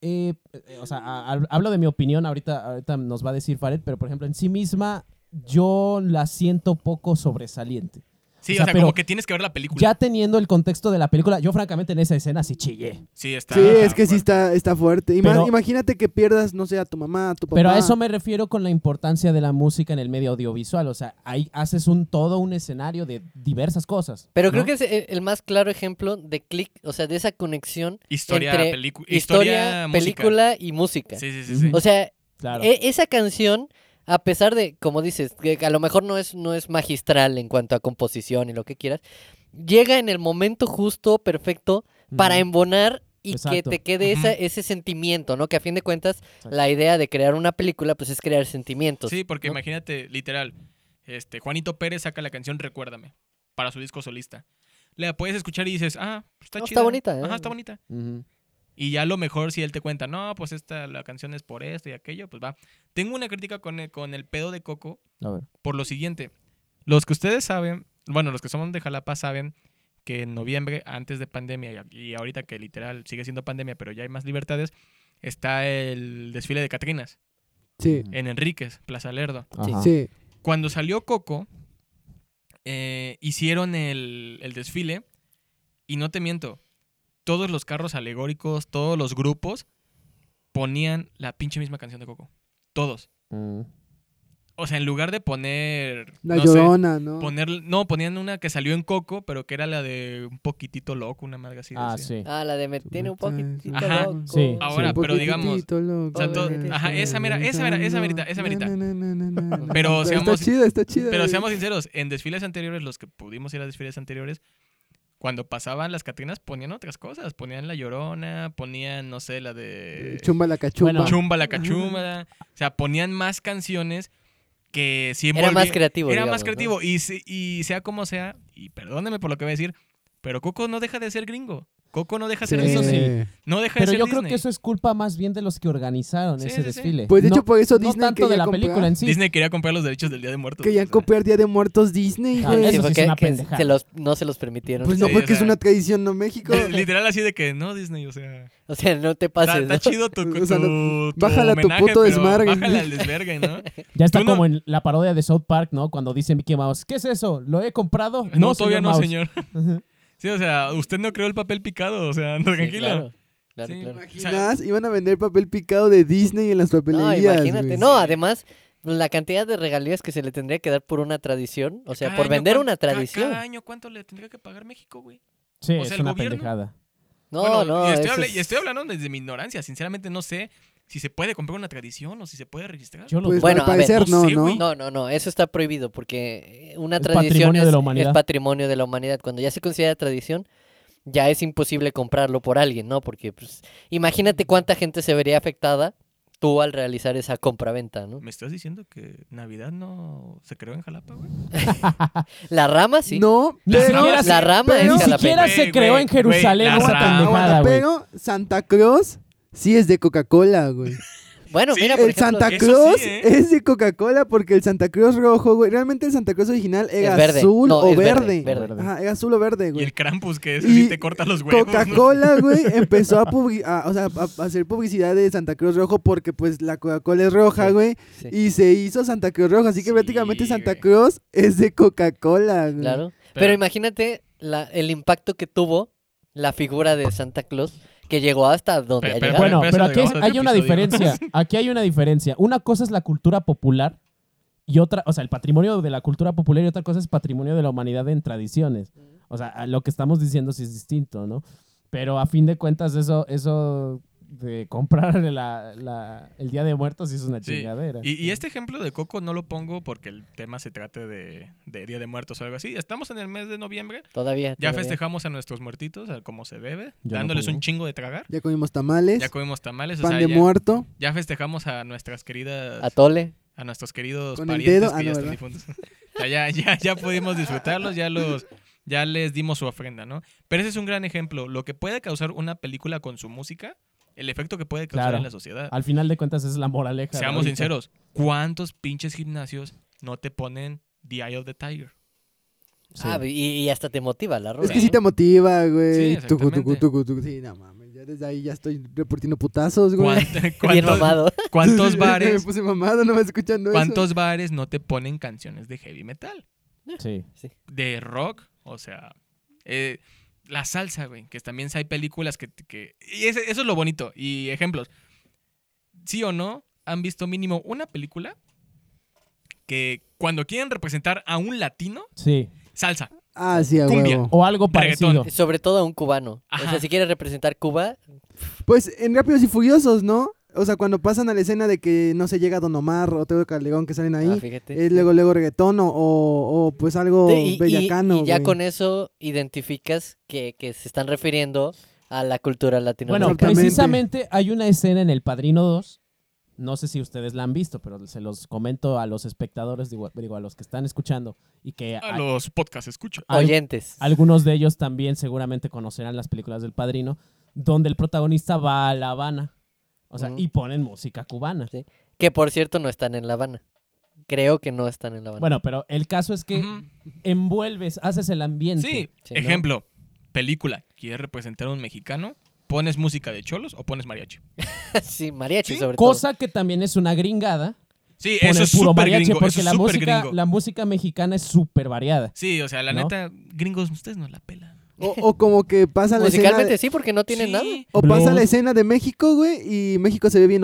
eh, eh, o sea, a- a- hablo de mi opinión, ahorita, ahorita nos va a decir Faret, pero por ejemplo, en sí misma yo la siento poco sobresaliente.
Sí,
O
o
sea,
sea,
pero-
como que tienes que ver la película.
Ya teniendo el contexto de la película, yo francamente en esa escena sí chillé.
Sí, está.
Sí, es que
fuerte.
sí está, está fuerte. Ima-
Pero-
imagínate que pierdas, no sé, a tu mamá, a tu papá.
Pero a eso me refiero con la importancia de la música en el medio audiovisual. O sea, ahí haces un todo un escenario de diversas cosas.
Pero creo
¿no?
que es eh, el, el más claro ejemplo de click, o sea, de esa conexión
Historia,
entre
pelicu-
historia,
historia, música.
película y música.
Sí, sí, sí. sí.
O sea,
Claro.
e- esa canción, a pesar de, como dices, que a lo mejor no es, no es magistral en cuanto a composición y lo que quieras, llega en el momento justo, perfecto, para
Ujú.
embonar y
Exacto.
que te quede esa-
Ujú.
ese sentimiento, ¿no? Que a fin de cuentas la idea de crear una película pues es crear sentimientos.
Sí, porque
¿no?
imagínate, literal, este Juanito Pérez saca la canción Recuérdame para su disco solista. La puedes escuchar y dices, ah, está
No,
chida.
está bonita, ¿eh?
Ajá, está bonita.
Ujú.
Y ya a lo mejor si él te cuenta, no, pues esta, la canción es por esto y aquello, pues va. Tengo una crítica con el, con el pedo de Coco
A ver.
por lo siguiente. Los que ustedes saben, bueno, los que somos de Jalapa saben que en noviembre, antes de pandemia, y y ahorita que literal sigue siendo pandemia, pero ya hay más libertades, está el desfile de Catrinas
Sí,
en Enríquez, Plaza Lerdo.
Ajá.
sí.
Cuando salió Coco, eh, hicieron el, el desfile y no te miento, todos los carros alegóricos, todos los grupos ponían la pinche misma canción de Coco. Todos.
Mm.
O sea, en lugar de poner...
La
no sé,
llorona, ¿no?
poner, no, ponían una que salió en Coco, pero que era la de un poquitito loco, una madre así.
Ah,
decía.
sí.
Ah, la de me tiene un poquitito
Ajá. Ah,
loco.
Sí.
Ahora,
Un
pero digamos,
poquitito loco.
o sea, todo- ajá, esa mera- esa mera- esa merita, esa merita.
Na, na, na, na, na, na.
Pero seamos-
Está chida, está eh. chida.
Pero seamos sinceros, en desfiles anteriores, los que pudimos ir a desfiles anteriores, cuando pasaban las Catrinas ponían otras cosas, ponían La Llorona, ponían, no sé, la de
Eh, Chumba la cachumba.
Bueno,
Chumba la Cachumba, o sea, ponían más canciones que sí
Era más
envolvían-
creativo.
Era
digamos,
más
¿no?
creativo, y, se- y sea como sea, y perdóneme por lo que voy a decir, pero Coco no deja de ser gringo. Coco no deja de ser
Sí.
Disney.
Eh,
sí.
No deja de
Pero
ser
yo creo
Disney.
que eso es culpa más bien de los que organizaron
Sí,
ese
sí, sí.
desfile.
Pues de hecho
No-
por eso
no
Disney
tanto de
quería
la
comprar-
película en sí.
Disney quería comprar los derechos del Día de Muertos.
Que ya
o sea.
copiar Día de Muertos Disney,
Ah,
güey.
Sí,
Eso sí
porque
es una
que
pendejada.
se los, no se los permitieron.
Pues no,
Sí,
porque
o sea.
es una tradición, ¿no? México.
Literal así de que no, Disney, o sea.
O sea, no te
Está,
pases.
está
¿no?
chido tu,
O sea,
tu-
no-
tu
bájale a tu
homenaje,
puto
pero
desmadre.
Bájale al desvergue, ¿no?
Ya está
Tú no-
como en la parodia de South Park, ¿no? Cuando dice Mickey Mouse, ¿qué es eso? ¿Lo he comprado?
No, todavía no,
Mouse".
señor. Sí, o sea, usted no creó el papel picado, o sea, no,
Sí,
tranquilo.
claro, claro,
Sí.
claro.
O sea,
Imaginás, iban a vender papel picado de Disney en las
No,
papelerías.
imagínate.
güey.
No, además, la cantidad de regalías que se le tendría que dar por una tradición, o sea,
cada
por
año,
vender
¿cuán- ca-
una tradición.
Cada año, ¿cuánto le tendría que pagar México, güey?
Sí,
O sea,
es
el
una
gobierno-
pendejada.
No,
Bueno,
no.
Y estoy,
eso
habla-
es-
y estoy hablando desde mi ignorancia. Sinceramente, no sé si se puede comprar una tradición o si se puede registrar.
Yo lo
Pues
Bueno,
al
a ver,
parecer
no
no,
sé,
¿no?
güey.
No, no, no, eso está prohibido porque eh, una
Es
tradición
patrimonio
es,
de la
es
humanidad.
patrimonio de la humanidad. Cuando ya se considera tradición, ya es imposible comprarlo por alguien, ¿no? Porque pues, imagínate cuánta gente se vería afectada tú al realizar esa compraventa, ¿no?
¿Me estás diciendo que Navidad no se creó en Jalapa, güey?
La rama sí.
No,
Ni
pero,
siquiera
la rama
pero-
es
Ni
Jalapa.
siquiera
Güey,
se creó
güey,
en Jerusalén
güey, la
una
rama.
pendejada,
aguanta,
güey.
pero Santa Cruz sí es de Coca-Cola, güey.
Bueno,
Sí,
mira, por
El
ejemplo,
Santa
eso
Cruz
sí, ¿eh?
es de Coca-Cola porque el Santa Cruz rojo, güey. Realmente el Santa Cruz original era
Es verde.
azul
No,
o
es verde,
verde.
verde.
Ajá, era azul o verde,
Y
güey.
el Krampus, que ese sí
Y
te corta los huevos. ¿no?
Coca-Cola, güey, empezó a, publi- a- o sea, a- a hacer publicidad de Santa Cruz Rojo porque pues la Coca-Cola es roja,
Sí,
güey,
sí.
y se hizo Santa Cruz Roja, así que
Sí,
prácticamente Santa
güey.
Cruz es de Coca-Cola, güey.
Claro. Pero,
Pero-
imagínate la- el impacto que tuvo la figura de Santa Claus que llegó hasta donde
Pero-
ha
pero-
llegado.
Bueno,
pero eso
pero
lo
aquí es-
grabamos en
hay
otro
una
episodio.
diferencia. Aquí hay una diferencia. Una cosa es la cultura popular y otra, o sea, el patrimonio de la cultura popular y otra cosa es patrimonio de la humanidad en tradiciones. O sea, a lo que estamos diciendo sí es distinto, ¿no? Pero a fin de cuentas, eso, eso de comprar la, la- el Día de Muertos sí es una
Sí.
chingadera.
Y, y este ejemplo de Coco no lo pongo porque el tema se trate de, de Día de Muertos o algo así. Estamos en el mes de noviembre.
Todavía.
Ya
todavía.
festejamos a nuestros muertitos, a como se debe,
Yo no
dándoles
como.
un chingo de tragar.
Ya comimos tamales,
Ya comimos tamales, o
pan
sea,
de
ya,
muerto.
ya festejamos a nuestras queridas,
A
a,
Tole.
nuestros queridos
Con el
parientes
dedo,
que
ah,
ya
no,
están difuntos. O sea, ya, ya, ya pudimos disfrutarlos, ya los, ya les dimos su ofrenda, ¿no? Pero ese es un gran ejemplo. Lo que puede causar una película con su música, el efecto que puede causar
Claro.
en la sociedad.
Al final de cuentas es la moraleja. de
Seamos
ahorita.
sinceros, ¿cuántos pinches gimnasios no te ponen The Eye of the Tiger?
Sí.
Ah, y, y hasta te motiva la rola.
Es que
¿no?
sí te motiva, güey.
Sí,
Tucu, tucu,
exactamente.
tucu, tucu. Sí, no mames. Ya desde ahí ya estoy repartiendo putazos, güey.
¿Cuánto-
Bien
¿Cuántos,
mamado.
cuántos
Me
bares?
puse mamado, no me escuchando eso.
¿Cuántos bares no te ponen canciones de heavy metal?
Sí.
De rock, o sea, eh, la salsa, güey, que también hay películas que... que- y ese- eso es lo bonito. Y ejemplos. ¿Sí o no han visto mínimo una película que cuando quieren representar a un latino,
Sí.
salsa?
Ah, sí, a
Cumbia.
huevo.
O algo
Reggaetón.
parecido.
Sobre todo a un cubano. O
Ajá.
sea, si quieres representar Cuba, ah,
Pues en Rápidos y Furiosos, ¿no? O sea, cuando pasan a la escena de que no se llega Don Omar o Teo Calderón que salen
ah,
ahí,
fíjate.
es luego, luego reggaetón o, o- o, pues algo
Sí, y- y-
bellacano.
y ya
güey.
con eso identificas que, que se están refiriendo a la cultura
Bueno,
latinoamericana.
Exactamente.
precisamente hay una escena en El Padrino 2. No sé si ustedes la han visto, pero se los comento a los espectadores, digo, digo, a los que están escuchando. Y que
A
a-
los podcasts escucha.
al-
oyentes.
algunos de ellos también seguramente conocerán las películas del Padrino, donde el protagonista va a La Habana. O sea,
Ujú.
y ponen música cubana.
Sí. Que por cierto no están en La Habana. Creo que no están en La Habana.
Bueno, pero el caso es que
Ujú.
envuelves, haces el ambiente.
Sí,
Sí, ¿no?
ejemplo, película, ¿quieres representar a un mexicano? ¿Pones música de cholos o pones mariachi?
sí, mariachi
Sí,
sobre todo.
Cosa que también es una gringada.
Sí,
Con
eso
el
es
puro
súper
mariachi,
gringo,
porque
eso es
la,
súper
música,
gringo.
la música mexicana es súper variada.
Sí, o sea, la
¿No?
neta, gringos, ustedes no la pelan.
O, o como que pasa la escena.
Musicalmente
de-
sí, porque no tienen
Sí,
nada.
O pasa
Blues.
la escena de México, güey, y México se ve bien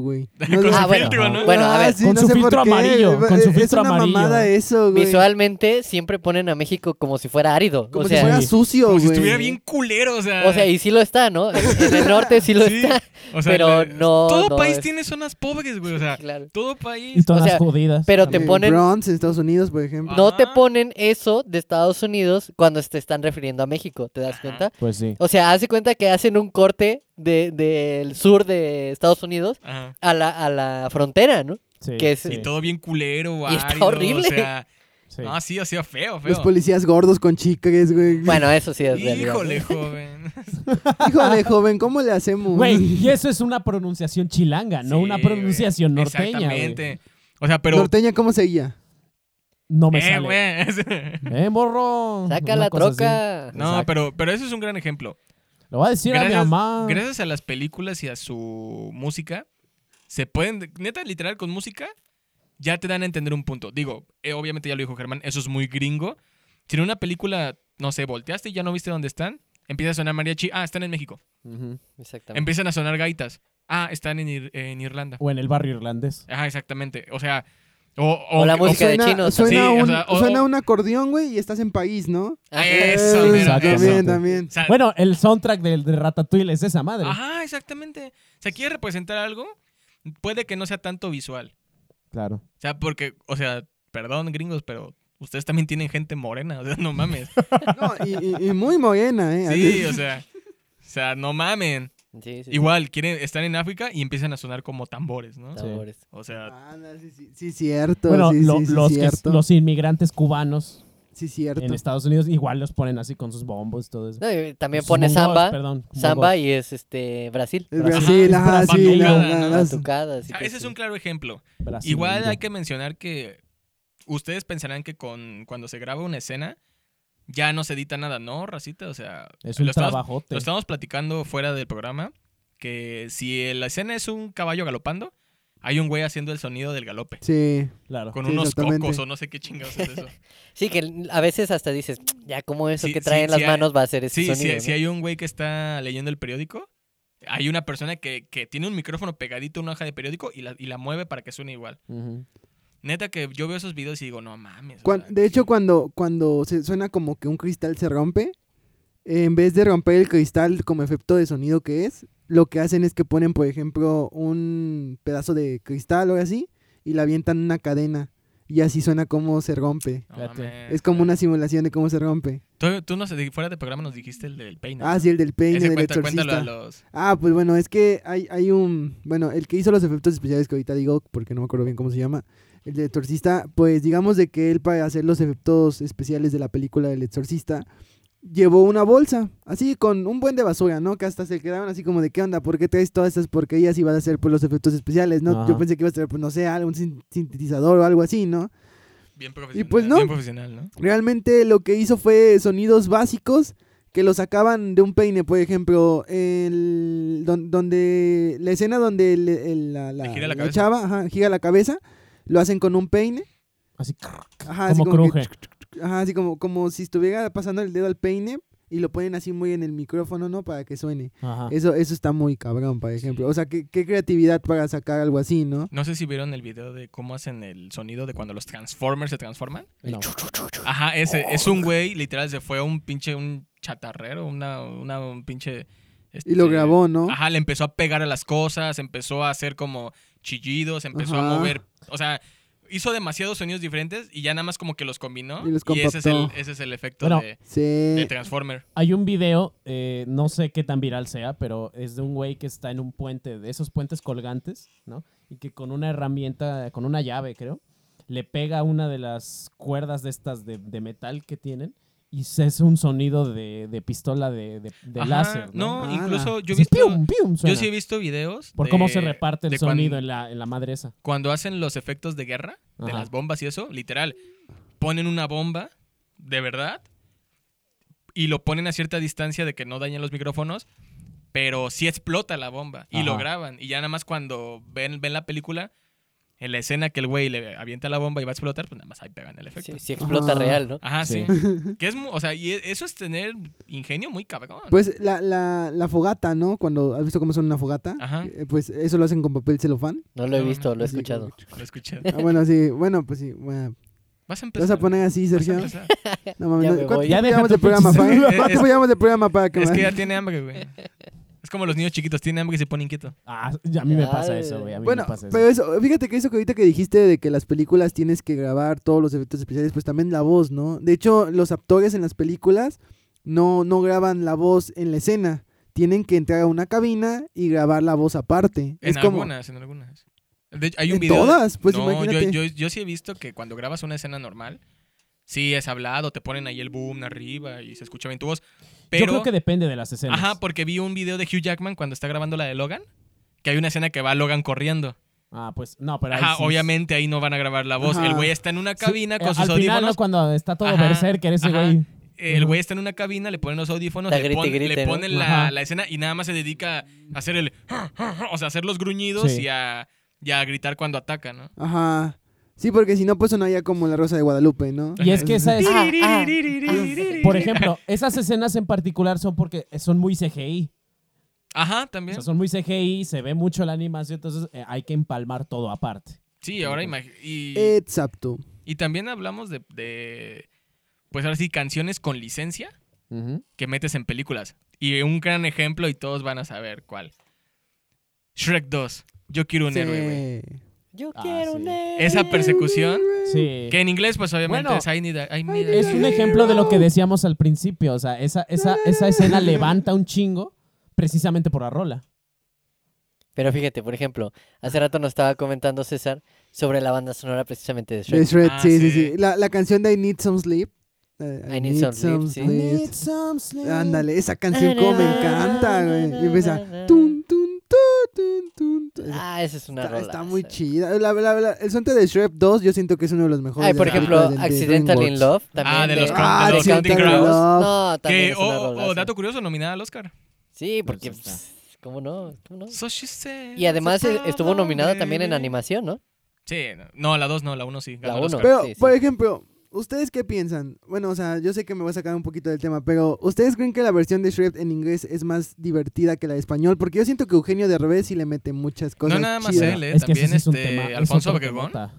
güey. No
Con
sé- Ah,
Ah,
su
bueno,
filtro, ¿no?
bueno, a ver.
sí,
Con
no
su
sé por
filtro
qué,
amarillo,
güey,
con su
es
filtro
una
amarillo.
mamada eso, güey.
Visualmente siempre ponen a México como si fuera árido.
Como
o
si
sea,
fuera
sí.
sucio,
Como
güey.
si estuviera bien culero, o sea.
o sea, y sí lo está, ¿no? En el norte sí lo
Sí,
está.
o sea,
pero
la-
no,
Todo
no
país
es-
tiene zonas pobres, güey, o sea,
Claro.
todo
Y
país.
todas
sea,
jodidas.
pero te
también.
En
ponen-
Eh, Bronx, en Estados Unidos, por ejemplo.
No te
Ajá.
ponen eso de Estados Unidos cuando te están refiriendo a México, ¿te das
Ajá.
cuenta?
Pues sí.
O sea, hace cuenta que hacen un corte de- del sur de Estados Unidos
Ajá.
a la, a la frontera, ¿no?
sí,
que es-
sí,
Y todo bien culero,
Y está
árido,
horrible.
O sea,
sí.
no, sí, o sea, feo,
Los
feo.
policías gordos con chicas, güey.
Bueno, eso sí es realidad. ¿no?
Híjole, joven.
Híjole, joven, ¿cómo le hacemos?
Güey, y eso es una pronunciación chilanga, no
Sí,
una
güey.
pronunciación norteña. güey.
Exactamente. O sea, pero.
Norteña, ¿cómo seguía?
No me
eh,
sale.
güey.
Eh, morro.
Saca
Una
la
cosa así.
troca.
No,
Exacto.
pero, pero eso es un gran ejemplo.
Lo va a decir a mi mamá.
gracias a las películas y a su música, se pueden, neta, literal, con música, ya te dan a entender un punto. Digo, eh, obviamente ya lo dijo Germán, eso es muy gringo. Si en una película, no sé, volteaste y ya no viste dónde están, empieza a sonar mariachi, ah, están en México.
Ujú.
Exactamente.
Empiezan a sonar gaitas, ah, están en, Ir- en Irlanda.
O en el barrio irlandés.
Ajá, exactamente. O sea, o,
O la música de
suena,
chinos.
Suena,
Sí, o
un,
sea, o-
suena
o-
un acordeón, güey, y estás en país, ¿no?
Em,
Ah,
Eso,
Eh,
mero,
También,
eso.
también.
o sea,
Bueno, el soundtrack del de Ratatouille es esa madre.
Ajá, exactamente. O sea, quiere representar algo, puede que no sea tanto visual.
Claro.
O sea, porque, o sea, perdón, gringos, pero ustedes también tienen gente morena, o sea, no mames.
No, y, y- y muy morena, ¿eh?
Sí, o sea, o sea, no mamen.
Sí, sí.
Igual, quieren, están en África y empiezan a sonar como tambores, ¿no?
Sabores.
O sea,
Ah, no, sí, sí, sí, cierto.
bueno,
sí,
lo-
sí, sí,
los, que-
cierto.
los inmigrantes cubanos
Sí, cierto.
en este Estados Unidos igual los ponen así con sus bombos y todo eso.
No, y también
Sus
pone
bongos,
samba.
perdón,
Samba
bongos.
y es este Brasil.
Es
Brasil.
Brasil, ajá,
es
sí. la-
batucada,
la-
¿no?
las-
Batucada, así
ah,
que
ese es
sí.
un claro ejemplo.
Brasil,
Igual
ya.
hay que mencionar que ustedes pensarán que con cuando se graba una escena ya no se edita nada, ¿no, racita? O sea,
Es un
lo estamos-
trabajote.
Lo estamos platicando fuera del programa. Que si la escena es un caballo galopando, hay un güey haciendo el sonido del galope.
Sí.
Claro.
Con
Sí,
unos
exactamente.
cocos o no sé qué chingados es eso.
Sí, que a veces hasta dices, ya como eso
Sí,
que
sí,
traen las
sí hay-
manos va a ser ese
Sí,
sonido.
si, si
¿no?
hay un güey que está leyendo el periódico, hay una persona que, que tiene un micrófono pegadito a una hoja de periódico y la, y la mueve para que suene igual.
Ujú.
Neta que yo veo esos videos y digo, no mames. o
Cuan-
sea,
de hecho, cuando, cuando se suena como que un cristal se rompe, en vez de romper el cristal como efecto de sonido que es, lo que hacen es que ponen, por ejemplo, un pedazo de cristal o así, y la avientan en una cadena, y así suena como se rompe.
no
Fíjate.
mames.
Es como una simulación de cómo se rompe.
Tú, tú nos, fuera de programa nos dijiste el del peine.
Ah,
¿no?
sí, el del peine,
Ese
del
cuenta- cuéntalo a
exorcista.
los...
Ah, pues bueno, es que hay, hay un... Bueno, el que hizo los efectos especiales que ahorita digo, porque no me acuerdo bien cómo se llama, el de Exorcista, pues digamos de que él para hacer los efectos especiales de la película del Exorcista, llevó una bolsa, así con un buen de basura, ¿no? Que hasta se quedaron así como de, ¿qué onda? ¿Por qué traes todas estas porquerías y vas a hacer pues los efectos especiales, no?
Ajá.
Yo pensé que ibas a traer, pues no sé, algún sin- sintetizador o algo así, ¿no?
Bien profesional.
pues, no.
Bien profesional, ¿no?
Realmente lo que hizo fue sonidos básicos que los sacaban de un peine, por ejemplo, el, don- donde la escena donde el- el- la, la-
Le gira la
la
cabeza.
chava ajá, gira la cabeza, lo hacen con un peine,
Así
ajá,
como,
así, como que-
cruje.
ajá, así como, como si estuviera pasando el dedo al peine y lo ponen así muy en el micrófono, ¿no? Para que suene.
Ah.
Ajá.
Eso, eso está muy cabrón, por ejemplo. O sea, qué, qué creatividad para sacar algo así, ¿no?
No sé si vieron el video de cómo hacen el sonido de cuando los Transformers se transforman.
No.
Ajá, ese es un güey, literal, se fue a un pinche, un chatarrero, una, una un pinche...
Y lo
este,
grabó, ¿no?
Ajá, le empezó a pegar a las cosas, empezó a hacer como chillidos, empezó
Ajá.
a mover, o sea, hizo demasiados sonidos diferentes y ya nada más como que los combinó.
Y
Y,
los
ese, es el,
compactó. eh,
ese es el efecto
Bueno.
de,
Sí.
de Transformer.
Hay un video, eh, no sé qué tan viral sea, pero es de un güey que está en un puente, de esos puentes colgantes, ¿no? Y que con una herramienta, con una llave, creo, le pega una de las cuerdas de estas de, de metal que tienen y se hace un sonido de, de pistola de, de, de
Ajá,
láser.
No,
Ah,
incluso yo he
Así,
visto...
pium, pium,
Yo
suena.
sí he visto videos.
Por
de-
cómo se reparte el
de cuan-
sonido en la, en la madre esa.
cuando hacen los efectos de guerra, de
Ajá.
las bombas y eso, literal, ponen una bomba, de verdad, y lo ponen a cierta distancia de que no dañen los micrófonos, pero sí explota la bomba y lo
Ajá.
graban. Y ya nada más cuando ven, ven la película, en la escena que el güey le avienta la bomba y va a explotar, pues nada más ahí pegan el efecto.
Si, explota
Ah.
real, ¿no?
Ajá, sí.
Sí.
que es, mu- o sea, y e- eso es tener ingenio muy cabrón.
Pues la, la, la fogata, ¿no? Cuando has visto cómo son una fogata,
Ajá.
Eh, pues eso lo hacen con papel celofán.
No lo he
No,
visto, lo he
así
escuchado.
Lo escuché.
Ah, bueno, sí, bueno, pues sí. Bueno.
Vas a
Pues
¿Te
empezar.
vas a poner así,
vas a
Sergio?
empezar.
No mames,
Ya
no-
me
¿cuánto
voy.
Ya
tiempo
deja
llevamos de
tu
programa?
pinche
pa-
celular.
¿Cuánto tiempo
Es-
llevamos de programa para que
Es que
me-
ya tiene hambre, güey. Es como los niños chiquitos, tienen hambre y se ponen inquietos.
Ah, ya a mí me pasa
Ay.
eso, güey. A mí
Bueno,
me pasa eso.
pero eso, fíjate que eso que ahorita que dijiste de que las películas tienes que grabar todos los efectos especiales, pues también la voz, ¿no? De hecho, los actores en las películas no, no graban la voz en la escena. Tienen que entrar a una cabina y grabar la voz aparte.
En
es como...
algunas, en algunas. De hecho, hay un
¿En
video.
todas? Pues
no, yo,
imagínate.
yo, yo sí he visto que cuando grabas una escena normal, sí es hablado, te ponen ahí el boom arriba y se escucha bien tu voz. Pero,
Yo creo que depende de las escenas.
ajá, porque vi un video de Hugh Jackman cuando está grabando la de Logan, que hay una escena que va Logan corriendo.
Ah, pues, no, pero ahí
Ajá,
sí-
obviamente ahí no van a grabar la voz.
Ajá.
El güey está en una
Sí,
cabina
eh,
con sus
Al final, ¿no?
audífonos.
cuando está todo
Ajá,
berserker ese
ajá.
güey.
El güey está en una cabina, le ponen los audífonos,
La
le,
grite,
pon- le
grite, ¿no?
ponen la,
Ajá.
la escena y nada más se dedica a hacer el... O sea, hacer los gruñidos
Sí.
y, a, y a gritar cuando ataca, ¿no?
Ajá. Sí, porque si no, pues sonaría como la Rosa de Guadalupe, ¿no?
Y es que esa es,
Ah, ah.
por ejemplo, esas escenas en particular son porque son muy CGI.
Ajá,
O
también.
sea, son muy CGI, se ve mucho la animación, entonces eh, hay que empalmar todo aparte.
Sí, ahora imag- y,
Eh,
Exacto.
y también hablamos de, de, pues ahora sí, canciones con licencia que metes en películas. Y un gran ejemplo, y todos van a saber cuál. Shrek 2, Yo quiero un
Sí.
héroe, güey.
Yo
Ah,
quiero
sí.
un héroe.
Esa persecución,
Sí.
que en inglés, pues obviamente
Bueno,
es I need a- I need a-
Es un ejemplo de lo que decíamos al principio, o sea, esa, esa, esa escena levanta un chingo precisamente por la rola.
Pero fíjate, por ejemplo, hace rato nos estaba comentando César sobre la banda sonora precisamente de
De
Shrek.
Shred,
Ah,
sí, sí,
sí.
sí. La, la canción de I Need Some Sleep. eh,
I Need Some Sleep, sí. I
Ándale, esa canción como me encanta, güey. Y empieza. Tun, tun, tu, tun, tun, tu. Esa-
Ah, esa es una
Está,
rola.
está muy chida. La- la- la- el soundtrack de Shrek 2 yo siento que es uno de los mejores.
Ay,
de
por
las
ejemplo,
películas de- de
Accidental in
DreamWorks.
Love. También
Ah, de los,
de-
Count- de
Ah,
los
sí,
Counting
Counting
Crows.
Crows.
No, también
Que,
es
o,
una
o-
rola.
dato curioso, nominada al Oscar.
Sí, porque,
Pues,
pues, ¿cómo no? ¿Cómo no?
So she said,
Y además
"It's a
eh, estuvo
problem,
nominada también en
baby".
animación, ¿no?
Sí, no, no, la 2 no, la 1 sí. ganó
La
el
uno.
Oscar.
Pero,
Sí, sí.
por ejemplo, ¿ustedes qué piensan? Bueno, o sea, yo sé que me voy a sacar un poquito del tema, pero ¿ustedes creen que la versión de Shrek en inglés es más divertida que la de español? Porque yo siento que Eugenio de Revés sí le mete muchas cosas.
nada más
chidas.
él, ¿eh?
Es que ese
También
sí es un
este,
tema, es
Alfonso
otro
Obregón.
temota.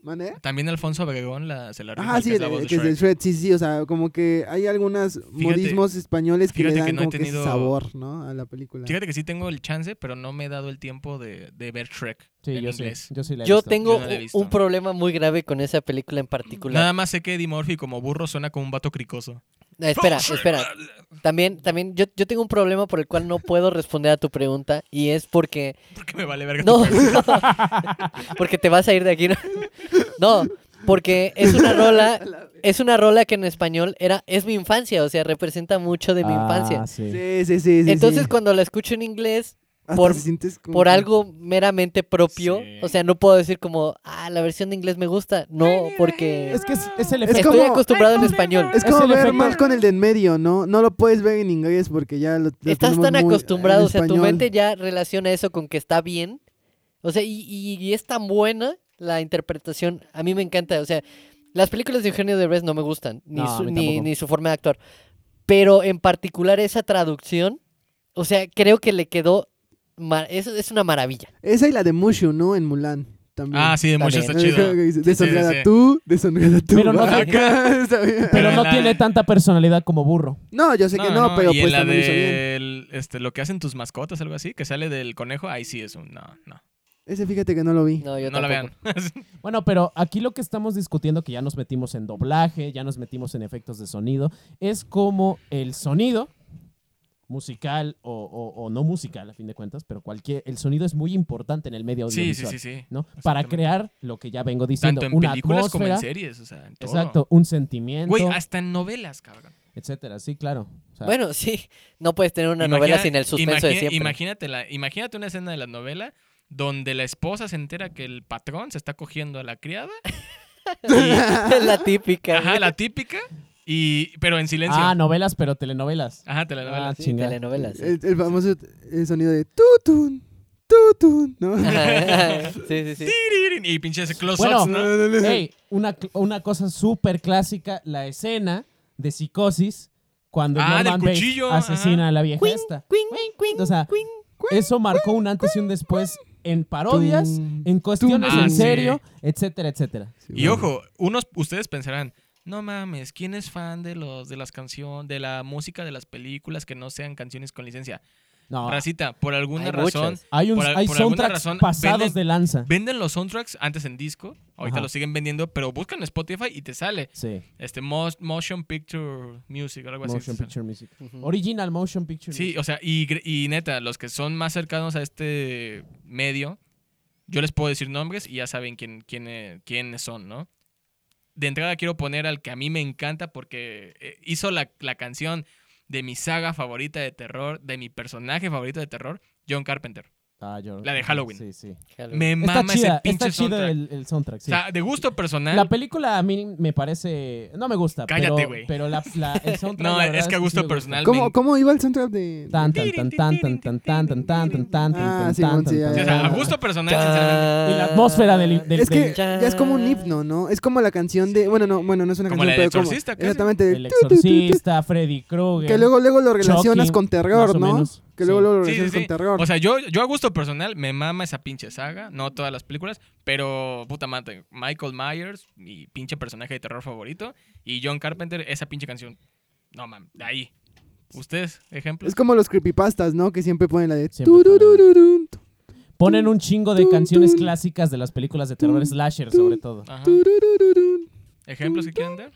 ¿Mande?
También Alfonso Obregón la, se la rifa,
Ah,
que
sí,
es
el,
la voz
el
de
que es de
Shrek.
Shrek, sí, sí, o sea, como que hay algunos modismos españoles que le
fíjate
dan
que no he
como que ese
tenido-
sabor, ¿no? A la película.
Fíjate que sí tengo el chance, pero no me he dado el tiempo de, de ver Shrek
Sí,
en
yo sí,
inglés.
yo sí la he
Yo
visto.
tengo
Yo no la he
u-
visto.
un problema muy grave con esa película en particular.
Nada más sé que Eddie Murphy como burro suena como un vato cricoso.
No, Eh, espera, espera. También, también, yo, yo tengo un problema por el cual no puedo responder a tu pregunta y es porque
Porque me vale verga.
No.
tu perro.
porque te vas a ir de aquí. ¿no? No, porque es una rola, es una rola que en español era es mi infancia, o sea, representa mucho de mi
Ah,
infancia.
sí.
Sí, sí, sí, sí,
Entonces
sí.
cuando la escucho en inglés
Hasta
por-
se sientes como
por
que-
algo meramente propio,
Sí.
o sea, no puedo decir como, ah, la versión de inglés me gusta, no, porque
Es que es, es el
Es
efecto.
estoy
como-
acostumbrado al español.
Es
Es
como
el
ver
efecto-
mal con el de en medio, ¿no? No lo puedes ver en inglés porque ya lo, lo
Estás
tenemos
tan
muy-
eh,
acostumbrado,
en
o sea, tu
español.
mente ya relaciona eso con que está bien. O sea, y, y- y es tan buena la interpretación. A mí me encanta, o sea, las películas de Eugenio Derbez no me gustan, ni,
No, a
su,
mí
ni-
tampoco.
ni su forma de actuar. Pero en particular esa traducción, o sea, creo que le quedó... ma- Es, es una maravilla.
Esa y la de Mushu, ¿no? En Mulan. También.
Ah, sí, de mucho
También.
está chido. sí,
Deshonrada
sí.
tú, deshonrada tú.
Pero no-
Acá, está bien.
Pero
en
no
la-
tiene tanta personalidad como burro.
No, yo sé que no, pero
y en
pues
la
también
de
hizo bien.
este, lo que hacen tus mascotas, algo así, que sale del conejo, ahí sí es un no, no.
Ese fíjate que no lo vi.
No, yo
No la vean.
tampoco.
Bueno, pero aquí lo que estamos discutiendo, que ya nos metimos en doblaje, ya nos metimos en efectos de sonido, es como el sonido musical o, o- o no musical, a fin de cuentas, pero cualquier, el sonido es muy importante en el medio
sí,
audiovisual.
sí, sí, sí.
¿no? Para
Exactamente.
crear lo que ya vengo diciendo,
Tanto en
una
películas como
atmósfera,
en series, o sea, en todo.
exacto, un sentimiento,
Güey, hasta en novelas, cabrón.
etcétera, sí, claro. O sea,
Bueno, sí, no puedes tener una
Imagina-
novela sin el suspenso de
imagina-
siempre.
Imagínate, la, imagínate una escena de la novela donde la esposa se entera que el patrón se está cogiendo a la criada. Y-
la típica.
ajá, la típica. Y, pero en silencio.
ah, novelas, pero telenovelas.
Ajá, te la novela.
Ah,
Sí,
chinga.
telenovelas, sí.
El, el famoso eh, sonido de tutun, tutun, ¿no?
Ah.
Eh,
Ajá, sí, sí, sí.
Tiririn, Y pinches close
Bueno,
¿no?
Ey, una, cl- una cosa súper clásica, la escena de psicosis cuando
Ah, del
Norman Bates
cuchillo,
asesina a la vieja
Queen,
esta.
queen, queen,
O sea,
queen.
Eso marcó un antes y un después en parodias,
Tum,
en cuestiones
tum. Ah,
en
sí.
serio, etcétera, etcétera.
Sí,
Y
bueno.
ojo, unos ustedes pensarán, no mames, ¿quién es fan de los de las canciones, de la música de las películas que no sean canciones con licencia?
No,
Racita, por alguna
Ah. Hay
razón
muchas.
hay, un,
por al-
hay
por alguna
soundtracks
razón,
pasados
venden-
de lanza.
venden los soundtracks antes en disco, ahorita
Ajá.
los siguen vendiendo, pero buscan en Spotify y te sale
Sí,
este mo- motion picture music o algo así.
motion
te sale.
picture music.
Ujú.
Original motion picture
Sí,
music.
o sea, y, gre- y neta, los que son más cercanos a este medio, yo les puedo decir nombres y ya saben quién, quién, eh, quiénes son, ¿no? De entrada quiero poner al que a mí me encanta porque eh, hizo la, la canción de mi saga favorita de terror, de mi personaje favorito de terror, John Carpenter.
Ah, yo-
la de Halloween.
Sí, sí.
Me
Está
mama
chida,
ese pinche
está chido
soundtrack.
el, el soundtrack, sí.
O sea, de gusto personal.
La película a mí me parece. No me gusta.
¿Eh? Cállate,
pero-
güey.
Pero la, la- el soundtrack.
No,
la
es
verdad
que a
sí
gusto
me gusta.
personal.
¿Cómo, ¿Cómo iba el soundtrack de...?
Tan, tan, tan, tan, tan, tan, tan, tan, tan, tan, tan,
Ah,
tan,
sí,
tan,
sí, ya,
tan,
Sí,
ya,
o sea, a
ya.
tan.
gusto personal, sinceramente.
Y la atmósfera del. del-
Es que
del-
ya es como un himno, ¿no? Es como la canción de... Bueno, no, bueno, no es una
Como
canción,
la del
pero como...
exorcista, casi.
Exactamente.
del
tu, tu, tu, tu,
exorcista, Freddy Krueger.
Que luego, luego lo relacionas
Chucky,
con
más o
terror, ¿no?
menos.
Que luego,
Sí.
luego lo
Sí, sí,
relacionas
sí.
con terror.
O sea, yo, yo a gusto personal me mama esa pinche saga, no todas las películas, pero puta madre, Michael Myers, mi pinche personaje de terror favorito, y John Carpenter, esa pinche canción. No mames, de ahí. Ustedes, ejemplos.
Es como los creepypastas, ¿no? Que siempre ponen la de...
Siempre
tururururun, tu,
Ponen un chingo de
Tun,
canciones
tun.
clásicas de las películas de terror,
Tun,
slasher,
tun.
sobre todo.
Ajá.
tururururun.
¿Ejemplos que quieran dar?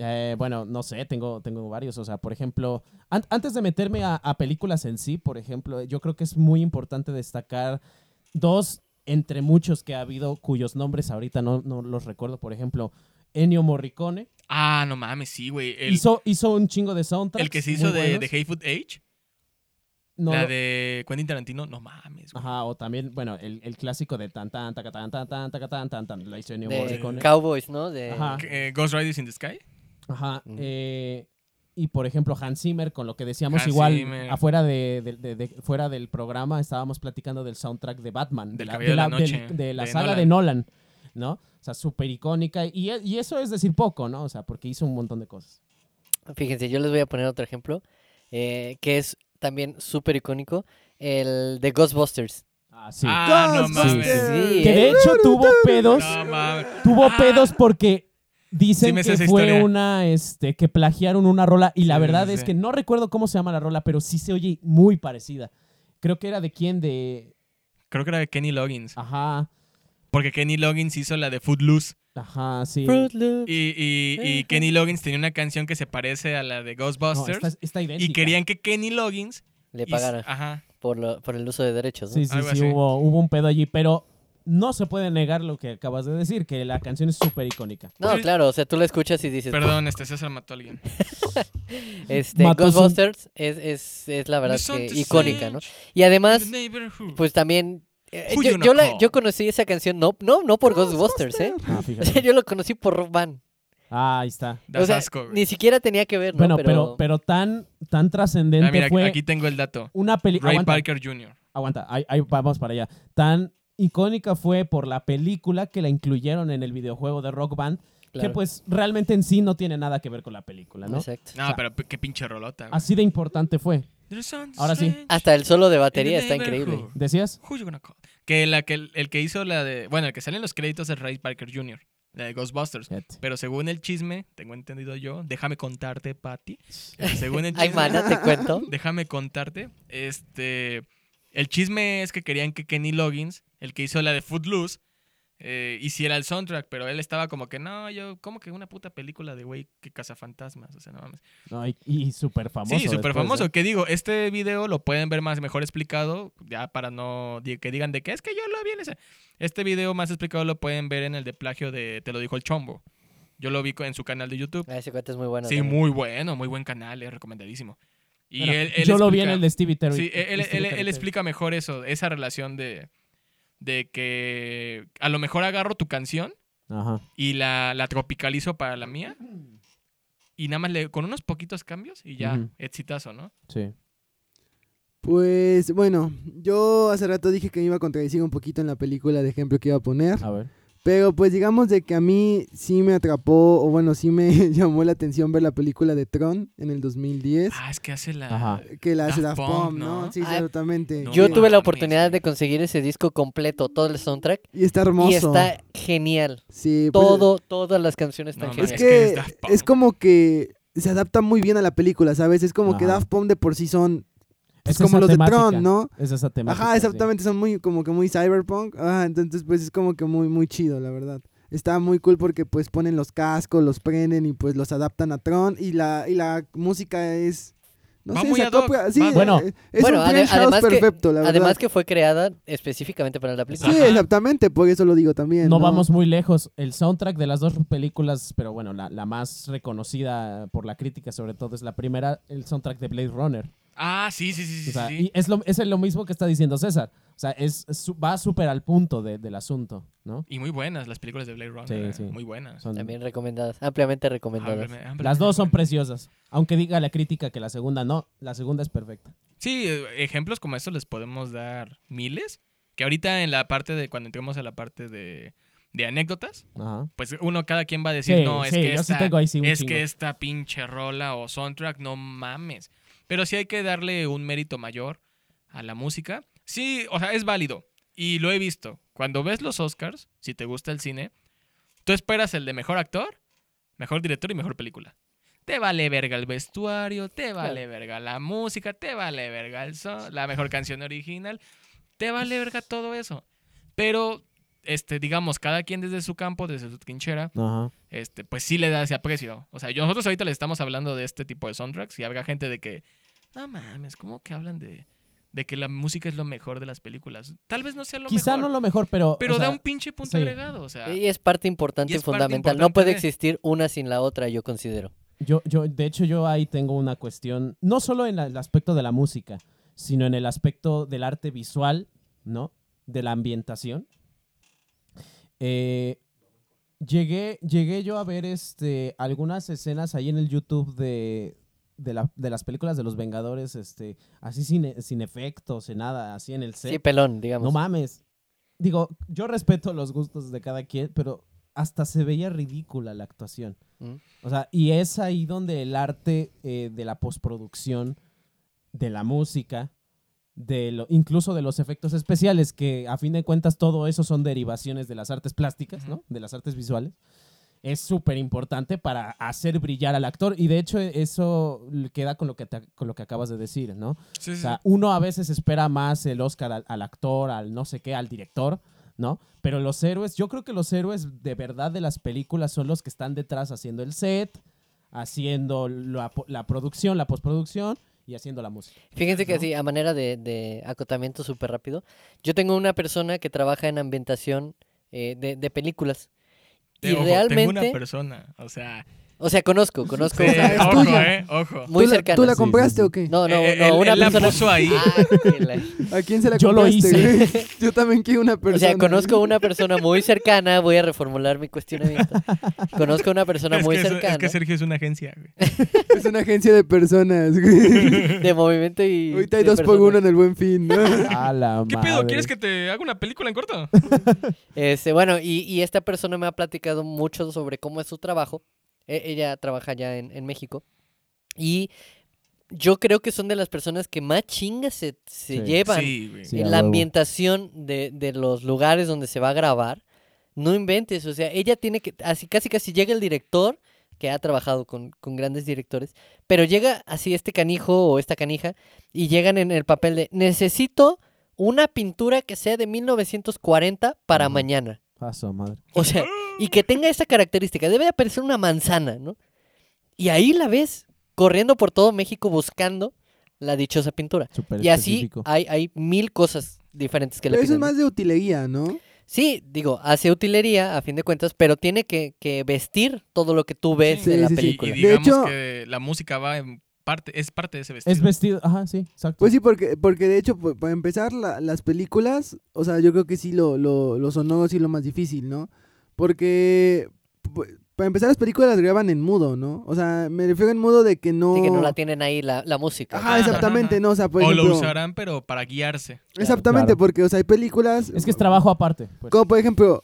Eh, bueno, no sé, tengo, tengo varios. O sea, por ejemplo, an- antes de meterme a, a películas en sí, por ejemplo, yo creo que es muy importante destacar dos entre muchos que ha habido cuyos nombres ahorita no, no los recuerdo. Por ejemplo, Ennio Morricone
Ah, no mames, sí, güey. El,
hizo, hizo un chingo de soundtracks.
el que se
muy
hizo de,
buenos.
de Hateful Age,
No,
la
no-
de Quentin Tarantino, no mames, güey.
Ajá, o también, bueno, el, el clásico de tan tan taca, tan tan tan taca, tan tan tan la hizo Ennio
de
Morricone.
Cowboys, ¿no? De...
Ajá.
Eh, Ghost Riders in the Sky.
Ajá.
Mm.
eh, y por ejemplo, Hans Zimmer, con lo que decíamos
Hans
igual
Zimmer.
afuera de, de- de- de- fuera del programa, estábamos platicando del soundtrack de Batman,
Del
de la,
Caballero
de la-
de la
del-
Noche,
de la
de
saga de Nolan, ¿no? O sea, súper icónica. Y, e- y eso es decir poco, ¿no? O sea, porque hizo un montón de cosas.
Fíjense, yo les voy a poner otro ejemplo eh, que es también súper icónico, el de Ghostbusters.
Ah, sí.
Ah, no
Ghostbusters.
mames.
Sí,
que de hecho tuvo pedos.
No mames.
Tuvo
Ah.
pedos porque
Sí
dicen
me sé
que
esa
fue
historia.
una, este, que plagiaron una rola y la
Sí,
verdad
sí,
es
sí.
que no recuerdo cómo se llama la rola, pero sí se oye muy parecida. Creo que era de quién, de...
Creo que era de Kenny Loggins.
Ajá,
Porque Kenny Loggins hizo la de Footloose.
ajá, sí.
Fruit Loops.
Y, y- y
Ujú.
Kenny Loggins tenía una canción que se parece a la de
No,
Ghostbusters.
está, está idéntica.
y querían que Kenny Loggins.
Le
hiz-
pagaran
Ajá.
por, lo- por el uso de derechos,
ah.
¿no?
Sí, sí,
Algo
sí,
así.
hubo, hubo un pedo allí, pero no se puede negar lo que acabas de decir, que la canción es súper icónica.
No,
Pues-
claro, o sea, tú la escuchas y dices,
Perdón, este César mató a alguien.
este,
Mató su-
Ghostbusters es, es, es la verdad que icónica, ¿no? Y además, pues también, eh,
Who
yo,
you
yo
gonna
la-
call?
yo conocí esa canción, no, no, no por Ghostbusters, ¿eh?
Ah,
O sea,
fíjate.
yo lo conocí por Rock Band.
Ah, ahí está.
Das
o sea,
asco, güey. Ah,
ni siquiera tenía que ver, ¿no?
Bueno, pero, pero tan, tan trascendente
Ah, mira,
fue
aquí tengo el dato.
una película...
Ray Parker Jr.
Aguanta, ahí, ahí vamos para allá. Tan icónica fue por la película que la incluyeron en el videojuego de Rock Band,
claro.
que pues realmente en sí no tiene nada que ver con la película, ¿no?
Exacto.
No,
O sea,
pero p- qué pinche rolota. güey.
Así de importante fue.
There's something
ahora sí.
strange
Hasta el solo
in
de
the
batería está increíble.
neighborhood.
¿Decías?
Who you gonna call? Que, la, que el, el que hizo la de. Bueno, el que sale en los créditos es Ray Parker Jr., la de Ghostbusters.
Fíjate.
Pero según el chisme, tengo entendido yo, déjame contarte, Patty. eh, Según el
Ay,
chisme,
mana, te cuento.
déjame contarte. Este, el chisme es que querían que Kenny Loggins, el que hizo la de Footloose, eh, hiciera el soundtrack, pero él estaba como que, no, yo, como que una puta película de güey que caza fantasmas, o sea, no mames.
No, y, y súper famoso.
sí, súper
después,
famoso,
¿eh?
que digo, este video lo pueden ver más, mejor explicado, ya para no di- que digan de qué es que yo lo vi en ese. Este video más explicado lo pueden ver en el de plagio de Te lo dijo el chombo. Yo lo vi co- en su canal de YouTube.
Ah, ese cuento es muy bueno.
Sí,
también.
muy bueno, muy buen canal, es recomendadísimo. Y
Bueno,
él- él
yo lo vi en
explica-
el de Stevie Terry.
Sí, él, él-
Stevie
él-
Terry
él
Terry.
explica mejor eso, esa relación de, de que a lo mejor agarro tu canción
Ajá.
y la, la tropicalizo para la mía y nada más le, con unos poquitos cambios y ya,
Ujú.
exitazo, ¿no?
Sí.
Pues bueno, yo hace rato dije que me iba a contradecir un poquito en la película de ejemplo que iba a poner.
A ver.
Pero pues digamos de que a mí sí me atrapó, o bueno, sí me llamó la atención ver la película de Tron en el 2010.
Ah, es que hace la...
Ajá.
Que la hace
Daft
Daft Punk,
Punk,
¿no?
¿no?
Sí,
Ah,
absolutamente.
no.
Que-
Yo tuve la
mames,
oportunidad
güey.
de conseguir ese disco completo, todo el soundtrack.
Y está hermoso.
Y está genial.
Sí, pues,
Todo, todas las canciones
No,
están
mames.
Es
que
geniales.
que
es Daft Punk.
es como que se adapta muy bien a la película, ¿sabes? Es como que
Ajá.
Daft Punk de por sí son pues,
Es
como
esa
los de
temática.
Tron, ¿no?
Es esa temática.
Ajá,
sí.
exactamente, son muy como que muy cyberpunk. Ajá, entonces pues es como que muy muy chido, la verdad. Está muy cool porque pues ponen los cascos, los prenden y pues los adaptan a Tron y la y la música es no
Va
sé,
muy
se
ad hoc,
acopla- sí,
va-
Bueno,
eh, es
bueno,
un
ade-
French house
además que-
perfecto, la verdad.
Además que fue creada específicamente para la película.
Sí,
Ajá.
exactamente, por eso lo digo también.
No vamos muy lejos. El soundtrack de las dos películas, pero bueno, la, la más reconocida por la crítica, sobre todo, es la primera, el soundtrack de Blade Runner.
Ah, sí, sí, sí, sí.
O sea,
sí.
y es lo, es lo mismo que está diciendo César. O sea, es, su- va súper al punto de- del asunto, ¿no?
Y muy buenas las películas de Blade Runner.
Sí,
eh,
sí.
Muy buenas.
Son-
También recomendadas, ampliamente recomendadas.
Háblame- háblame
las dos
de-
son preciosas. Aunque diga la crítica que la segunda no, la segunda es perfecta.
Sí, eh, ejemplos como estos les podemos dar miles. Que ahorita en la parte de, cuando entremos a la parte de, de anécdotas,
Ajá.
pues uno cada quien va a decir,
Sí,
no, es
sí,
que
yo sí
esta,
tengo ahí sí un
es
chingo".
que esta pinche rola o soundtrack, no mames. Pero sí hay que darle un mérito mayor a la música. Sí, o sea, es válido. Y lo he visto. Cuando ves los Oscars, si te gusta el cine, tú esperas el de mejor actor, mejor director y mejor película. Te vale verga el vestuario, te vale verga la música, te vale verga el son, la mejor canción original, te vale verga todo eso. Pero, este, digamos, cada quien desde su campo, desde su trinchera,
Ajá.
este, pues sí le da ese aprecio. O sea, yo- nosotros ahorita le estamos hablando de este tipo de soundtracks y habrá gente de que, no mames, ¿cómo que hablan de, de que la música es lo mejor de las películas? Tal vez no sea lo
Quizá
mejor,
no lo mejor, pero.
pero
o sea,
da un pinche punto
sí.
agregado, o sea.
Y es parte importante
Y
y,
es parte
fundamental.
importante
no puede
de-
existir una sin la otra, yo considero.
Yo, yo, de hecho, yo ahí tengo una cuestión, no solo en la- el aspecto de la música, sino en el aspecto del arte visual, ¿no? De la ambientación. Eh, llegué, llegué yo a ver este, algunas escenas ahí en el YouTube de, de, la- de las películas de los Vengadores, este, así sin, sin efectos, en nada, así en el set.
Sí, pelón, digamos.
No mames. Digo, yo respeto los gustos de cada quien, pero hasta se veía ridícula la actuación.
Mm.
O sea, y es ahí donde el arte eh, de la postproducción, de la música, de lo, incluso de los efectos especiales, que a fin de cuentas todo eso son derivaciones de las artes plásticas,
Ujú.
¿no? De las artes visuales. Es súper importante para hacer brillar al actor y de hecho eh, eso queda con lo que, te- con lo que acabas de decir, ¿no?
Sí, sí,
O
sí.
sea, uno a veces espera más el Oscar al, al actor, al no sé qué, al director, ¿no? Pero los héroes, yo creo que los héroes de verdad de las películas son los que están detrás haciendo el set, haciendo la, po- la producción, la postproducción y haciendo la música.
Fíjense que
¿no?
así, a manera de, de acotamiento súper rápido, yo tengo una persona que trabaja en ambientación eh, de, de películas.
Te-
y
ojo, Tengo una
realmente,
persona, o sea...
o sea, conozco, conozco.
sí,
una
es
ojo,
tuya.
eh, ojo.
Muy
¿Tú la-
cercana.
¿Tú la
Sí, sí, sí.
compraste o qué?
No, no,
Eh,
no,
él-
una
él la
persona.
puso ahí.
Ah, que la-
¿A quién se la
Yo lo
compraste?
hice.
güey? Yo también quiero una persona.
O sea, conozco a
güey.
una persona muy cercana, voy a reformular mi cuestionamiento. Conozco a una persona
es,
muy
que, es-
cercana
es que Sergio es una agencia, güey.
Es una agencia de personas. güey.
de movimiento y.
Ahorita hay
de
dos por
personas.
uno en el buen fin, ¿no?
A la
¿Qué
madre.
pedo? ¿Quieres que te haga una película en corto?
Este, bueno, y, y esta persona me ha platicado mucho sobre cómo es su trabajo. E- ella trabaja ya en, en México. Y yo creo que son de las personas que más chingas se, se
Sí.
llevan
Sí, güey.
Sí, a
en la
huevo.
ambientación de, de los lugares donde se va a grabar. No inventes, o sea, ella tiene que, así casi casi llega el director, que ha trabajado con, con grandes directores, pero llega así este canijo o esta canija y llegan en el papel de, necesito una pintura que sea de 1940 para
Ujú.
mañana.
A su madre.
O sea, y que tenga esa característica, debe de aparecer una manzana, ¿no? Y ahí la ves, corriendo por todo México buscando la dichosa pintura.
Súper
Y así
específico.
hay, hay mil cosas diferentes que le
Pero eso es
piden. ¿no?
más de utilería, ¿no?
Sí, digo, hace utilería a fin de cuentas, pero tiene que, que vestir todo lo que tú ves
Sí,
en la
sí, sí.
Y
película.
De
digamos
hecho-
que la música va en parte, es parte de ese vestido.
Es vestido, ajá, sí, exacto.
Pues sí, porque, porque de hecho, pu- para empezar, la- las películas, o sea, yo creo que sí lo, lo, lo sonoro sí lo más difícil, ¿no? Porque, pu- para empezar, las películas las graban en mudo, ¿no? O sea, me refiero en mudo de que no...
Así que no la tienen ahí la, la música.
Ajá, exactamente, ¿no? O sea, por
o lo
ejemplo-
usarán, pero para guiarse.
Exactamente,
Claro.
porque, o sea, hay películas...
es que es trabajo aparte. pues.
Como, por ejemplo,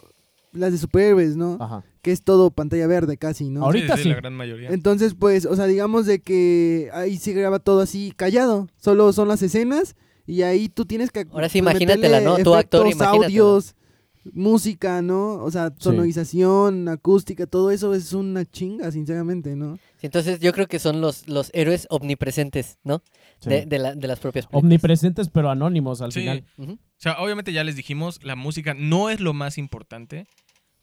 las de superhéroes, ¿no?
Ah.
Ajá.
Que es todo pantalla verde casi, ¿no?
Ahorita sí.
la gran mayoría.
Entonces, pues, o sea, digamos de que ahí se graba todo así callado. Solo son las escenas y ahí tú tienes que.
Ahora sí,
pues,
imagínatela,
meterle
¿no? Tú, actor,
efectos,
imagínatela.
audios, música, ¿no? O sea, sonorización, acústica, todo eso es una chinga, sinceramente, ¿no?
Sí, Entonces yo creo que son los, los héroes omnipresentes, ¿no?
sí.
De, de la- de las propias películas.
Omnipresentes pero anónimos al
Sí.
final.
Ujú.
O sea, obviamente ya les dijimos, la música no es lo más importante.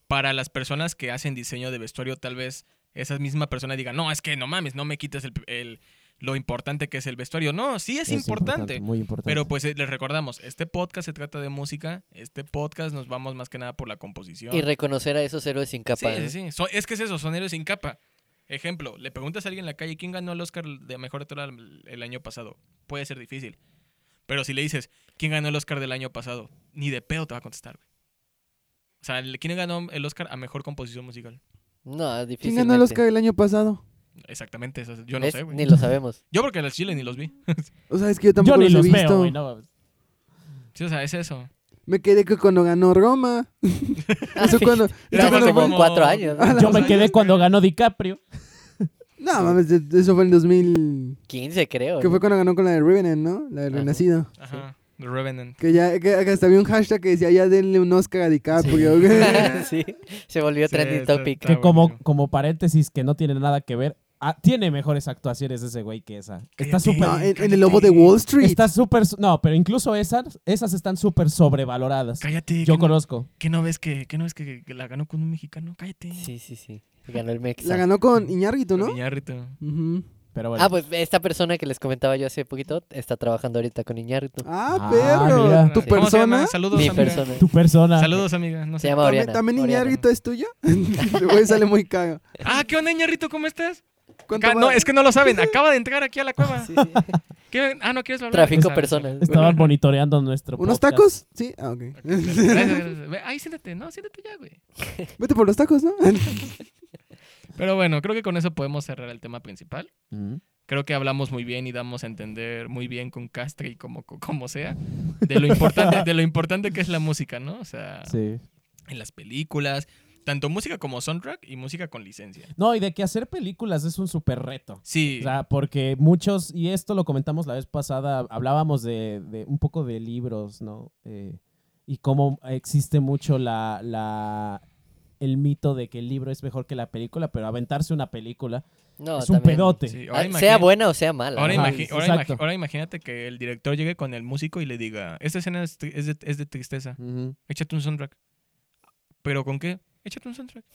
Para las personas que hacen diseño de vestuario, tal vez esa misma persona diga, no, es que no mames, no me quites el, el- lo importante que es el vestuario. No, sí es, importante.
Muy importante.
Pero pues eh, les recordamos, este podcast se trata de música, este podcast nos vamos más que nada por la composición.
Y reconocer a esos héroes sin
Sí,
capa. ¿eh?
sí, sí. So- es que es eso, son héroes sin capa. Ejemplo, le preguntas a alguien en la calle quién ganó el Oscar de mejor actor al- el año pasado. Puede ser difícil. Pero si le dices quién ganó el Oscar del año pasado, ni de pedo te va a contestar, güey. O sea, el- ¿quién ganó el Oscar a mejor composición musical?
No, difícil.
¿Quién ganó el Oscar el año pasado?
Exactamente, eso, yo no sé,
Ni
güey.
lo sabemos.
Yo porque los chiles ni los vi.
O sea, es que yo
Yo
tampoco
ni los
los, he visto.
veo, güey. no.
Sí, o sea, es eso.
Me quedé que cuando ganó Roma.
Ah,
eso cuando.
Ya
Eso
pasó
eso
fue
cuando
como
como-
cuatro años.
Ah,
Yo me
Los
quedé
años,
cuando
güey.
ganó DiCaprio.
No, mames, eso fue en 2000.
15 creo.
Que
¿no?
fue cuando ganó con la de Revenant, ¿no? La de
Ajá.
Renacido.
Ajá. The Revenant.
Que ya, que hasta había un hashtag que decía, ya denle un Oscar a DiCaprio.
sí, se volvió
Sí,
trending
está-
topic.
está
que como,
buenísimo.
como paréntesis que no tiene nada que ver, ah, tiene mejores actuaciones ese güey que esa.
Cállate.
Está súper...
No, en, en el lobo de Wall Street.
Está súper... so- No, pero incluso esas, esas están súper sobrevaloradas.
Cállate.
Yo
que no,
conozco.
que no ves que, que no ves que, que la ganó con un mexicano? Cállate.
Sí, sí, sí. Ganó el Mexa.
La ganó con Iñárritu, ¿no?
Iñárritu.
Ujú.
Pero bueno.
Ah, pues esta persona que les comentaba yo hace poquito está trabajando ahorita con Iñárritu.
Ah,
Ah,
perro.
mira.
¿Tu
Sí. ¿Cómo se llama?
persona?
Saludos,
Mi
amiga.
persona.
tu persona.
Saludos, amiga. No
Se
sé.
llama
¿También,
Oriana.
también
Oriana.
Iñárritu es tuyo? Güey, sale muy caro.
Ah, ¿qué onda, Iñarrito? ¿Cómo estás?
¿Cuánto
Ca-
va?
no, es que no lo saben. Acaba de entrar aquí a la cueva.
Ah, Sí, sí.
¿Qué- Ah, no quieres hablar.
Trafico
Esa-
personas.
Estaban monitoreando nuestro
¿Unos
podcast.
tacos? Sí. Ah, ok.
Gracias, gracias. Ve, Ahí siéntate. No, siéntate ya, güey.
Vete por los tacos, ¿no?
Pero bueno, creo que con eso podemos cerrar el tema principal.
Mm.
Creo que hablamos muy bien y damos a entender muy bien con Castre y como, co- como sea Ah. de lo importante de lo importante que es la música, ¿no? O sea,
Sí.
en las películas, Tanto música como soundtrack y música con licencia.
No, y de que hacer películas es un súper reto.
Sí.
O sea, porque muchos, y esto lo comentamos la vez pasada, hablábamos de, de un poco de libros, ¿no? Eh, y cómo existe mucho la, la, el mito de que el libro es mejor que la película, pero aventarse una película
No,
es un
también.
pedote.
sí.
Ah,
Ahora imagina-
sea buena o sea mala.
Ahora,
¿no? Pues,
Ajá,
imagi- ahora imagi-
exacto.
ahora imagínate que el director llegue con el músico y le diga, esta escena es, tri- es de, es de tristeza,
Ujú.
échate un soundtrack. ¿Pero con qué? Échate un soundtrack.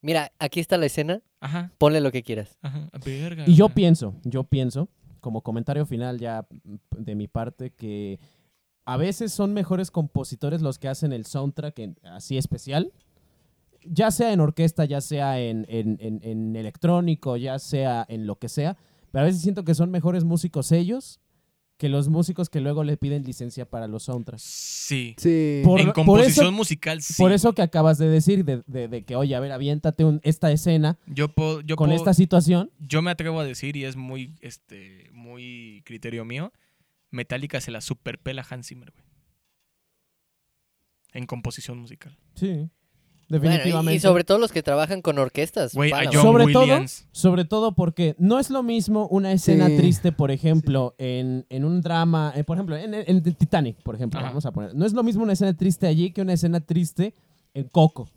Mira, aquí está la escena,
Ajá,
ponle lo que quieras.
ajá, verga.
Y yo
ajá.
pienso, yo pienso, como comentario final ya de mi parte, que a veces son mejores compositores los que hacen el soundtrack en- así especial, ya sea en orquesta, ya sea en, en- en- en electrónico, ya sea en lo que sea, pero a veces siento que son mejores músicos ellos que los músicos que luego le piden licencia para los soundtracks.
Sí.
Sí.
Por-
en
lo-
composición
eso-
musical, sí.
Por eso que acabas de decir, de, de- de que, oye, a ver, aviéntate un- esta escena
yo puedo, yo
con
puedo-
esta situación.
yo me atrevo a decir, y es muy, este, muy criterio mío, Metallica se la superpela a Hans Zimmer, güey. En composición musical.
Sí,
Bueno, y-
definitivamente.
y, sobre todo los que trabajan con orquestas.
Güey, a
pana,
John
Sobre
Williams.
todo, sobre todo porque no es lo mismo una escena
Sí.
triste, por ejemplo, en, en un drama, eh, por ejemplo, en, en- en Titanic, por ejemplo,
Ajá.
vamos a poner. No es lo mismo una escena triste allí que una escena triste en Coco.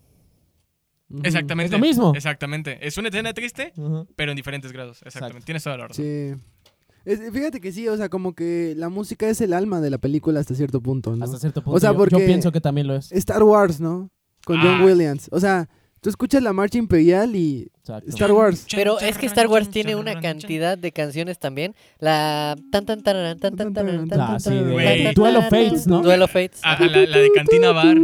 Ujú.
Exactamente.
Es lo mismo.
Exactamente. Es una escena triste, pero en diferentes grados. Exactamente.
Exacto.
Tienes toda la razón.
Sí. Es- fíjate que sí, o sea, como que la música es el alma de la película hasta cierto punto, ¿no?
Hasta cierto punto.
O sea,
yo- yo,
porque- eh,
pienso que también lo es.
Star Wars, ¿no? Con John
Ah.
Williams. O sea, tú escuchas la marcha imperial y
Exacto.
Star Wars.
Pero es que Star Wars tiene una cantidad de canciones también. La tan tan tararán, tan tan tararán, tan,
Ah,
tan,
sí,
tararán,
Güey.
tan, tan,
Duelo
tararán,
Fates, ¿no?
Duelo Fates.
Ah, la, la de Cantina Bar.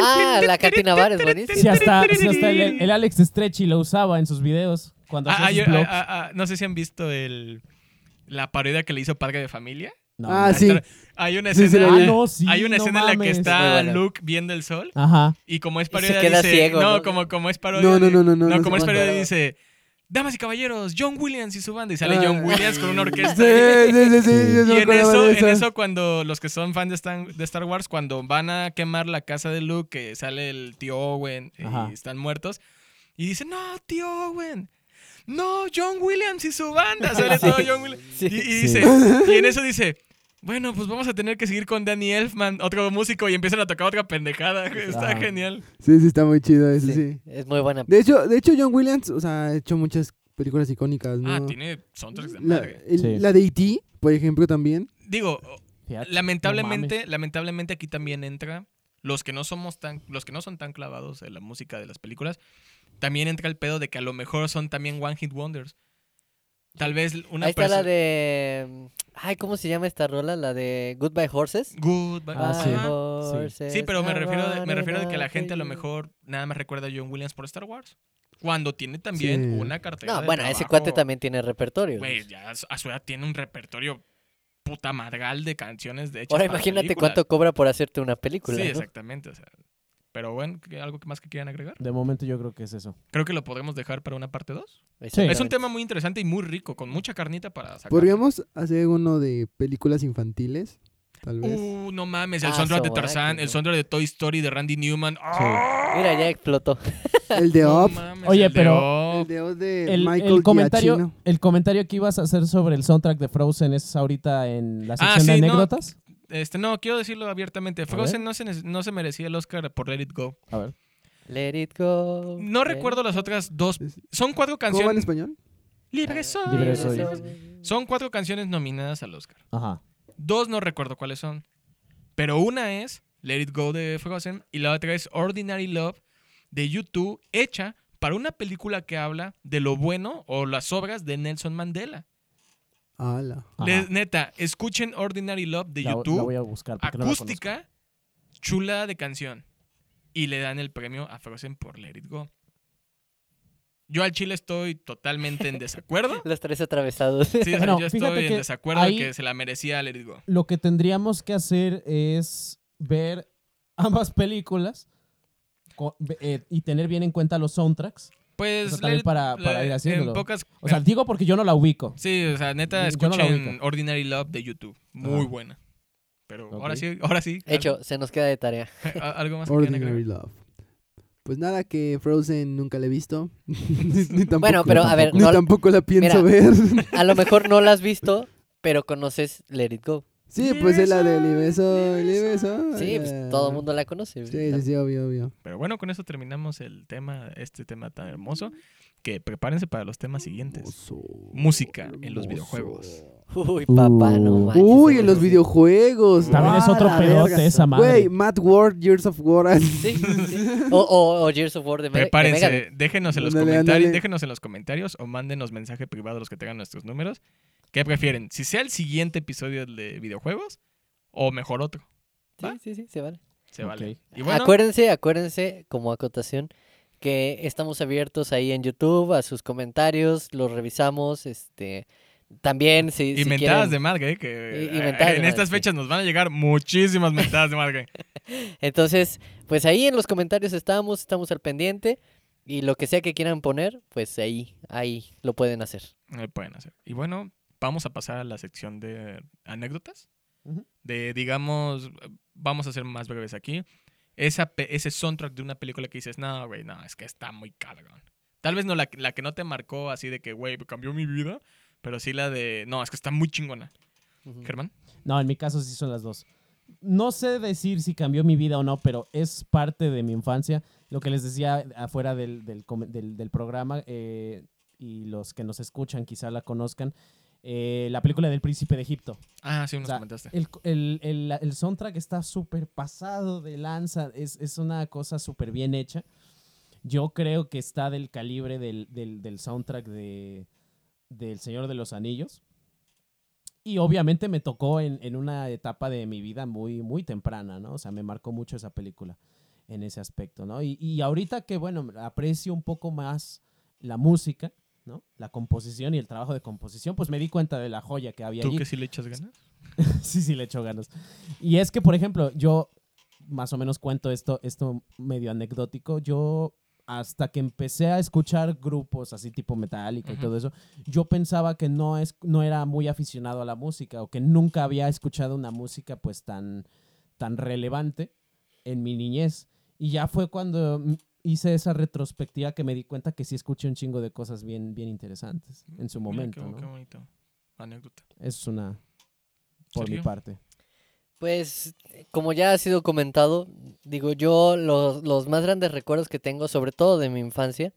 Ah, la Catina Bar es buenísima.
Si hasta, si hasta el, el Alex Stretchy lo usaba en sus videos cuando
Ah,
hacía
ah,
sus
yo-
blogs.
ah, ah, ah, no sé si han visto el, la parodia que le hizo Padre de Familia.
No,
Ah,
no.
sí.
Hay una
Sí, sí,
escena,
la vi.
Ah, no, sí,
hay una
no
escena en la que
mames.
está
Muy buena.
Luke viendo el sol
Ajá.
y como es
se
parodia
queda
dice,
ciego,
no,
¿no?
como como es parodia.
No, no,
de-
no, no, no, no
como
se
es parodia
acuerda.
dice, damas y caballeros, John Williams y su banda y sale
Ah.
John Williams con una orquesta.
Sí, sí, sí, sí,
Sí.
yo no
Y
me
en
acordaba
eso,
de
en eso cuando los que son fans de Stan- de Star, Wars, cuando van a quemar la casa de Luke, que sale el tío Owen eh, y
Ajá.
están muertos, y dicen, no, tío Owen, no, John Williams y su banda, sale todo John Williams.
Sí.
Y, y
Sí.
dice, y en eso dice, bueno, pues vamos a tener que seguir con Danny Elfman, otro músico, y empiezan a tocar otra pendejada. güey, Está
Ajá.
genial.
Sí, sí, está muy chido eso, sí.
Sí, Es muy buena.
De hecho, de hecho John Williams, o sea, ha hecho muchas películas icónicas, ¿no?
Ah, tiene soundtracks de
la,
madre.
el-
Sí.
la de E.T., por ejemplo, también.
Digo,
Fíjate, no
Lamentablemente, lamentablemente aquí también entra los que no somos tan los que no son tan clavados en la música de las películas, también entra el pedo de que a lo mejor son también one hit wonders. Tal vez una
Ahí está la
perso-
de. Ay, ¿cómo se llama esta rola? La de Goodbye Horses.
Goodbye.
Ah, sí.
Ajá.
Horses,
Sí, pero me refiero de- me refiero de que la
are
gente a lo
running
mejor nada más recuerda a John Williams por Star Wars, cuando tiene también
Sí.
una cartera
No,
de
bueno, ese
trabajo.
cuate también tiene repertorio.
Güey, ya a su- a su edad tiene un repertorio puta madral de canciones de hecho.
Ahora imagínate cuánto cobra por hacerte una película.
Sí,
¿no?
exactamente, o sea. Pero bueno, ¿qué- ¿algo que más que quieran agregar?
mames. De momento yo creo que es eso.
Creo que lo podremos dejar para una parte 2.
Exactamente.
Es un tema muy interesante y muy rico, con mucha carnita para sacar.
Podríamos hacer uno de películas infantiles, tal vez.
Uh, no mames, el
Ah,
soundtrack de
sobra,
Tarzán,
que
el
no.
soundtrack de Toy Story de Randy Newman. ¡Ah!
Mira, ya explotó.
El de
No
Up,
mames,
Oye,
el de
el
Up.
de Up de
El,
Michael
el comentario,
Giacchino.
el comentario que ibas a hacer sobre el soundtrack de Frozen es ahorita en la sección
Ah, sí,
de
no.
anécdotas.
Este, no, quiero decirlo abiertamente. Frozen no se, ne- no se merecía el Oscar por Let It Go.
A ver.
Let it go.
No
let
recuerdo las otras dos.
Es-
Son cuatro
¿Cómo va en
canciones.
español?
Libre soy.
Libre
it
soy.
go.
Son cuatro canciones nominadas al Oscar.
Ajá.
Dos no recuerdo cuáles son. Pero una es Let It Go de Frozen y la otra es Ordinary Love de YouTube hecha para una película que habla de lo bueno o las obras de Nelson Mandela.
Ala.
ajá.
Les- neta, escuchen Ordinary Love de
La- La, voy
YouTube,
a buscar. porque no la conozco.
acústica, chula de canción. Y le dan el premio a Frozen por Let It Go. Yo al chile estoy totalmente en desacuerdo.
Los tres atravesados.
Sí, o sea,
Bueno,
yo
fíjate
estoy en
que
desacuerdo
ahí-
de que se la merecía Let It Go.
Lo que tendríamos que hacer es ver ambas películas co- ve- eh, y tener bien en cuenta los soundtracks.
Pues
O sea, también
Let-
para- para ir
en
haciéndolo.
pocas-
O sea, digo porque yo no la ubico.
Sí, o sea, neta,
Yo no la
escuchen
ubico.
Ordinary Love de YouTube. Muy
Ajá.
buena. Pero
Ok.
ahora sí, ahora sí.
Hecho, se nos queda de tarea.
al- Algo más que quieran
Ordinary
agregar.
Love. Pues nada, que Frozen nunca la he visto. Ni- ni tampoco-
Bueno, pero, a ver,
Ni
no-
tampoco la pienso ver.
A lo mejor no la has visto, pero conoces Let It Go.
sí, pues es la de
Libeso,
Libeso, Libeso.
Sí, pues todo el mundo la conoce.
Eh. Sí, sí, sí, obvio, obvio.
Pero bueno, con eso terminamos el tema, este tema tan hermoso. Que prepárense para los temas
Pues,
siguientes. Música en los videojuegos.
Uy, papá, no
Uh.
manches.
Uy, en los
seguro.
videojuegos.
También es
Ah,
otro
la
pedote
verga.
esa madre.
Güey, Mad World, Years of War.
Sí, sí. O, o, o Gears of War de Me- de Megadeth.
Prepárense, déjenos en los
Ándale,
comentarios,
ándale.
déjenos en los comentarios o mándenos mensaje privado a los que tengan nuestros números. ¿Qué prefieren? Si sea el siguiente episodio de videojuegos o mejor otro. ¿Va?
Sí, sí, sí, se vale.
Se
Ok.
vale.
Ah,
Y bueno,
Acuérdense, acuérdense, como acotación, que estamos abiertos ahí en YouTube a sus comentarios, los revisamos, este, también si, si
inventadas
quieren-
de madre, ¿eh? que
Y- y
eh,
mentadas
en
de madre,
estas
sí.
fechas nos van a llegar muchísimas mentadas de madre.
Entonces, pues ahí en los comentarios estamos, estamos al pendiente y lo que sea que quieran poner, pues ahí, ahí lo pueden hacer.
Eh, pueden hacer. Y bueno, vamos a pasar a la sección de anécdotas.
Ujú.
De, digamos, vamos a ser más breves aquí. Esa, pe- ese soundtrack de una película que dices, no, güey, no, es que está muy cabrón. Tal vez no la, la que no te marcó así de que, güey, cambió mi vida, pero sí la de, no, es que está muy chingona.
Ujú.
Germán.
No, en mi caso sí son las dos. No sé decir si cambió mi vida o no, pero es parte de mi infancia. Lo que les decía afuera del, del com- del- del programa eh, y los que nos escuchan quizá la conozcan, eh, la película del príncipe de Egipto.
Ah, sí, nos
O sea,
comentaste.
El, el- el- el soundtrack está súper pasado de lanza, es, es una cosa súper bien hecha. Yo creo que está del calibre del, del- del soundtrack de, del Señor de los Anillos. Y obviamente me tocó en, en una etapa de mi vida muy, muy temprana, ¿no? O sea, me marcó mucho esa película en ese aspecto, ¿no? Y, y ahorita que, bueno, aprecio un poco más la música, ¿no? La composición y el trabajo de composición, pues me di cuenta de la joya que había
¿Tú
allí.
que sí le echas ganas?
Sí, sí, le echo ganas. Y es que, por ejemplo, yo más o menos cuento esto, esto medio anecdótico. Yo, hasta que empecé a escuchar grupos así tipo Metallica y
Ujú.
todo eso, yo pensaba que no, es, no era muy aficionado a la música o que nunca había escuchado una música pues tan, tan relevante en mi niñez. Y ya fue cuando mm, hice esa retrospectiva que me di cuenta que sí escuché un chingo de cosas bien, bien interesantes en su
Mira,
momento.
qué-
¿no?
qué bonito. Anécdota.
Es una, por mi
¿Sergio?
parte.
Pues, como ya ha sido comentado, digo yo, los, los más grandes recuerdos que tengo, sobre todo de mi infancia,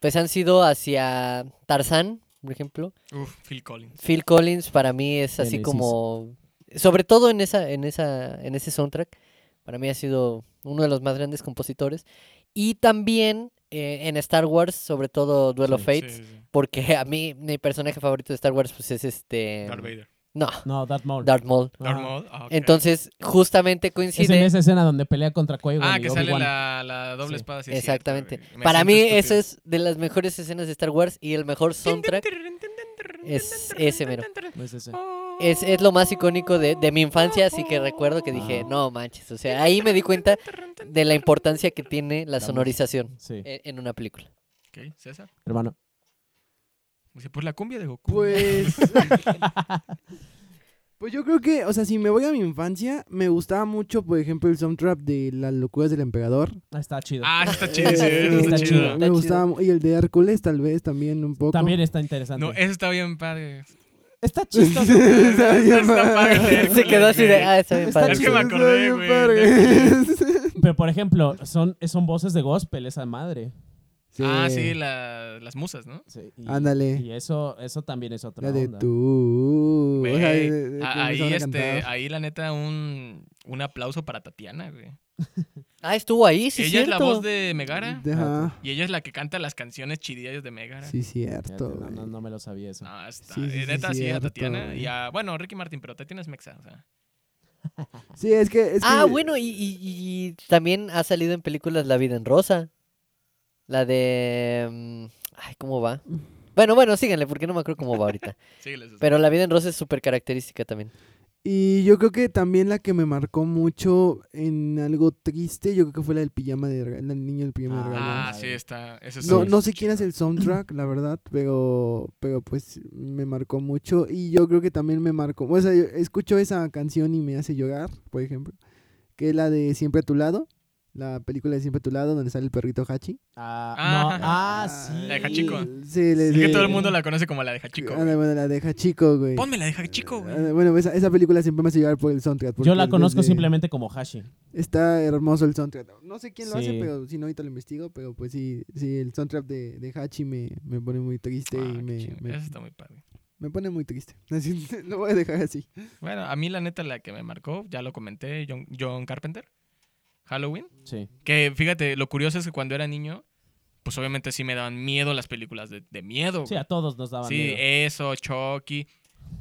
pues han sido hacia Tarzán, por ejemplo.
Uf, Phil Collins.
Phil Collins para mí es así
Genesis.
como, sobre todo en esa, en esa, en ese soundtrack, para mí ha sido uno de los más grandes compositores. Y también eh, en Star Wars, sobre todo Duel of
Sí,
Fates,
sí, sí.
porque a mí mi personaje favorito de Star Wars pues es este,
Darth Vader.
no,
No, Darth Maul.
Darth Maul.
Darth
Ajá.
Maul, ah, ok.
Entonces justamente
Es en
coincide.
esa escena donde pelea contra Qui-Gon
Ah,
y
que sale
Obi-Wan.
la, la doble
Sí,
espada. sí, es cierto,
Exactamente.
güey. Me
Para
siento
mí eso
estúpido.
es de las mejores escenas de Star Wars y el mejor soundtrack. es ese mero.
No es ese.
Ah. Oh.
Es, es lo más icónico de, de mi infancia, así que recuerdo que dije,
Wow.
no manches, o sea, ahí me di cuenta de la importancia que tiene la
La
sonorización
Sí,
Eh.
e- en una película.
Ok, César.
hermano.
Dice, pues la cumbia de Goku.
Pues. pues yo creo que, o sea, si me voy a mi infancia, me gustaba mucho, por ejemplo, el soundtrack de Las locuras del emperador.
Ah, está chido.
Ah, está chido, sí,
Eh,
está,
está
chido.
chido.
Me gustaba mu- y el de Hércules tal vez también un poco.
También está interesante.
No, eh. eso está bien padre.
Está chistoso.
Está bien
Está
padre.
padre.
Se quedó así de, ah, está bien
Está
padre.
Es que me
Está
acordé,
bien
güey.
padre.
Pero, por ejemplo, son, son voces de gospel esa madre.
Ah, sí, la- las musas, ¿no?
Sí, y-
Ándale.
Y eso, eso también es otra
La de
onda.
tú. o sea,
Güey,
de- de- de- que
a- ahí,
empezaron a
este,
cantar.
ahí, la neta, un, un aplauso para Tatiana, güey.
Ah, estuvo ahí, sí,
ella
cierto.
es la voz de Megara.
Ajá.
Y ella es la que canta las canciones chidillas de Megara.
Sí,
Fíjate,
cierto.
no, no,
güey.
no me lo sabía eso.
No, está.
Sí, sí,
eh,
sí,
neta, sí, a
cierto,
Tatiana.
güey.
Y a, bueno, Ricky Martin, pero Tatiana es mexa. O sea.
Sí, es que. es que-
Ah, bueno, y, y- y también ha salido en películas La vida en rosa. La de... mm, Ay, ¿cómo va? Bueno, bueno, síganle, porque no me acuerdo cómo va ahorita.
síguele, César.
Pero La vida en rosa es súper característica también.
Y yo creo que también la que me marcó mucho en algo triste, yo creo que fue la del pijama de rega- la del niño del pijama de
Ah,
regalo.
Ah,
Ganas.
sí, está. Eso es
No,
un-
no sé quién es el soundtrack, la verdad, pero, pero pues me marcó mucho y yo creo que también me marcó, o sea, yo escucho esa canción y me hace llorar, por ejemplo, que es la de Siempre a tu lado, La película de Siempre a tu lado, donde sale el perrito Hachi.
Ah,
Ah,
no. ah, sí.
La de Hachiko.
Sí, le
Es que
sí.
todo el mundo la conoce como la de Hachiko.
Ah,
güey.
bueno, la de Hachico, güey.
Ponme la de Hachiko, güey.
Ah, Bueno, esa, esa película siempre me hace llevar por el soundtrack.
Yo
porque
la conozco
desde-
simplemente como Hashi.
Está hermoso el soundtrack. No sé quién lo hace,
Sí.
pero si no, ahorita lo investigo. Pero pues sí, sí el soundtrack de, de Hachi me, me pone muy triste
Ah,
y
qué
me,
chido.
me,
Eso está muy padre.
me pone muy triste. Así, lo voy a dejar así.
Bueno, a mí la neta la que me marcó, ya lo comenté, John, John Carpenter, Halloween.
Sí.
Que fíjate, lo curioso es que cuando era niño, pues obviamente sí me daban miedo las películas de, de miedo.
Sí,
güey.
a todos nos daban
Sí, eh.
miedo.
eso, Chucky,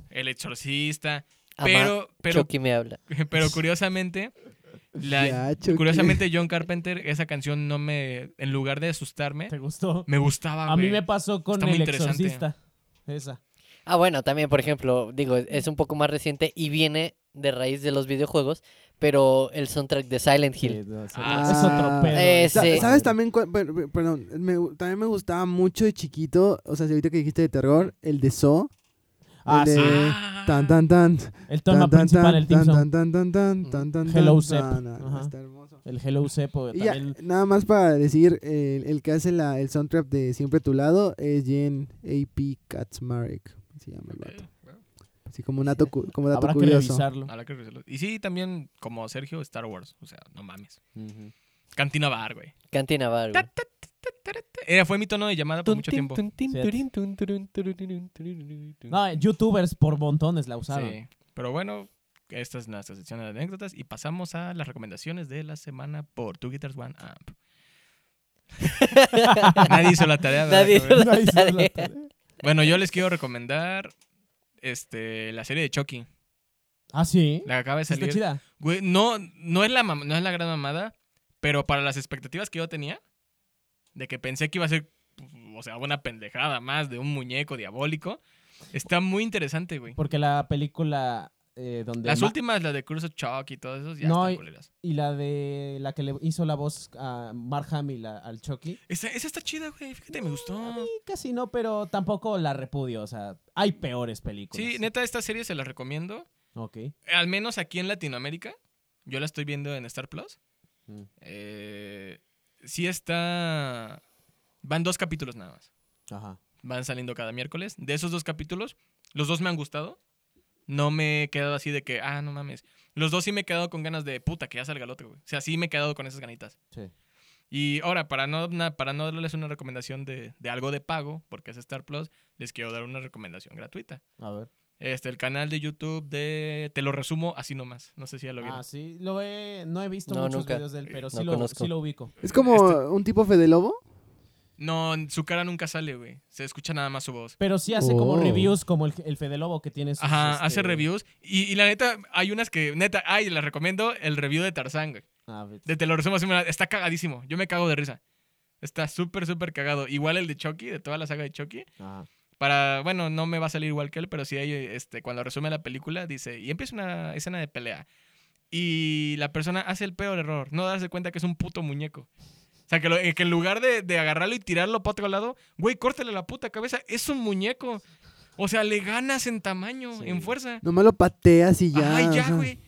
El Exorcista.
Ama,
pero, pero,
Chucky me habla.
pero curiosamente, la-
Ya, Chucky.
curiosamente John Carpenter, esa canción no me, en lugar de asustarme,
¿Te gustó?
me gustaba.
A mí
güey.
me pasó con
Está muy
El
interesante.
Exorcista. Esa.
Ah, bueno, también, por ejemplo, digo, es un poco más reciente y viene de raíz de los videojuegos, pero el soundtrack de Silent Hill.
Sí, no, sí,
Ah,
es otro pedo.
eh,
Sa-
sí.
¿Sabes también cuál? per- per- Perdón, me, gu- también me gustaba mucho de chiquito. O sea, si ahorita que dijiste de terror, el de Saw.
Ah,
el de
sí.
Eh,
Ah.
Tan, tan, tan.
El tema
tan, tan,
principal,
tan,
el Tim
tan, tan, tan, tan, tan, tan,
Hello,
tan,
Zep.
tan, ah,
Ajá.
Está hermoso.
El Hello Sepo.
Y ya,
También
nada más para decir, el, el que hace la, el soundtrack de Siempre a tu lado es Jen A.P. Katzmarek. Se llama el vato. Así como, un dato, cu- como dato
habrá que
curioso.
revisarlo.
Habrá que revisarlo. Y sí, también como Sergio, Star Wars. O sea, no mames.
Ujú.
Cantina Bar, güey.
Cantina Bar. güey.
Era, fue mi tono de llamada por mucho tiempo.
Cierto. No, eh, youtubers por montones la usaron.
Sí. Pero bueno, esta es nuestra sección de anécdotas y pasamos a las recomendaciones de la semana por Two Guitars One Amp. Nadie hizo la tarea. ¿verdad,
Nadie
cabrón?
hizo la
Ahí está la
tarea.
tarea.
Bueno, yo les quiero recomendar este la serie de Chucky,
Ah, sí.
la que acaba de
Sí, Está
salir.
chida.
Güey, no no es la mam- no es la gran mamada, pero para las expectativas que yo tenía de que pensé que iba a ser o sea, una pendejada más de un muñeco diabólico, está muy interesante, güey.
Porque la película eh, donde.
Las
ma-
últimas, las de Curse of Chuck y todo eso, ya
No, y-
están culeras.
Y la de la que le hizo la voz a Mark Hamill a- al Chucky.
Esa, esa está chida, güey. Fíjate, me
A
gustó.
mí casi no, pero tampoco la repudio. O sea, hay peores películas.
Sí, neta, esta serie se la recomiendo.
Ok.
Al menos aquí en Latinoamérica. Yo la estoy viendo en Star Plus.
Mm.
Eh, sí está... Van dos capítulos nada más.
Ajá.
Van saliendo cada miércoles. De esos dos capítulos, los dos me han gustado. No me he quedado así de que, ah, no mames. Los dos sí me he quedado con ganas de puta que ya salga el otro, güey. O sea, sí me he quedado con esas ganitas.
Sí.
Y ahora, para no, na- para no darles una recomendación de, de algo de pago, porque es Star Plus, les quiero dar una recomendación gratuita.
A ver.
Este, el canal de YouTube de... Te lo resumo así nomás. No sé si ya lo vieron.
Ah, sí. Lo he, no he visto
No,
muchos
nunca.
videos de él, pero
No
sí, lo,
conozco.
sí lo ubico.
Es como
Este-
un tipo Fede Lobo.
No, su cara nunca sale, güey. Se escucha nada más su voz.
Pero sí hace como
Oh.
reviews, como el, el Fede Lobo que tiene sus,
Ajá,
este-
hace reviews. Y, y la neta, hay unas que... Neta, ay, les recomiendo el review de Tarzán, güey.
Ah, ve-
De Te lo resumo así, mira, está cagadísimo. Yo me cago de risa. Está súper, súper cagado. Igual el de Chucky, de toda la saga de Chucky.
ah.
Para, bueno, no me va a salir igual que él, pero sí, hay, este, cuando resume la película, dice, y empieza una escena de pelea. Y la persona hace el peor error, no darse cuenta que es un puto muñeco. O sea, que, lo- que en lugar de, de agarrarlo y tirarlo para otro lado, güey, córtale la puta cabeza, es un muñeco. O sea, le ganas en tamaño,
Sí.
en fuerza.
Nomás lo pateas y ya.
Ay,
o
ya,
sea.
güey.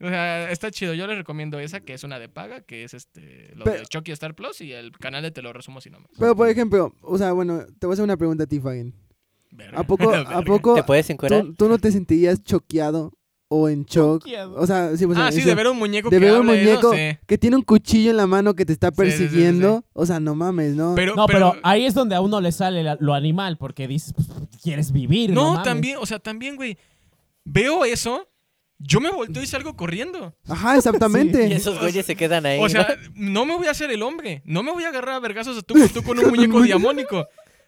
O sea, está chido. Yo les recomiendo esa, que es una de paga, que es este lo
Pero-
de Chucky Star Plus y el canal de Te lo resumo si no más.
Pero por ejemplo, o sea, bueno, te voy a hacer una pregunta a ti, Fagen.
Verga.
¿A poco,
Verga.
a poco
¿Te puedes encuadrar?
tú, tú no te sentirías choqueado o en shock?
Choqueado.
O sea, sí, pues, o sea,
ah, sí,
ese-
de ver un muñeco
de
que
ver un
habla, ¿eh? No
muñeco
sé.
que tiene un cuchillo en la mano que te está
sí, sí, sí, sí.
persiguiendo. O sea, no mames, ¿no?
Pero,
No, pero,
pero-
ahí es donde a uno le sale la- lo animal, porque dices, "Pues, quieres vivir. No,
No,
mames".
también, o sea, también, güey. Veo eso, yo me volteo y salgo corriendo.
Ajá, exactamente.
Y esos güeyes se quedan ahí.
O sea,
¿no?
no me voy a hacer el hombre. No me voy a agarrar a vergazos a tú con tú con un muñeco diamónico.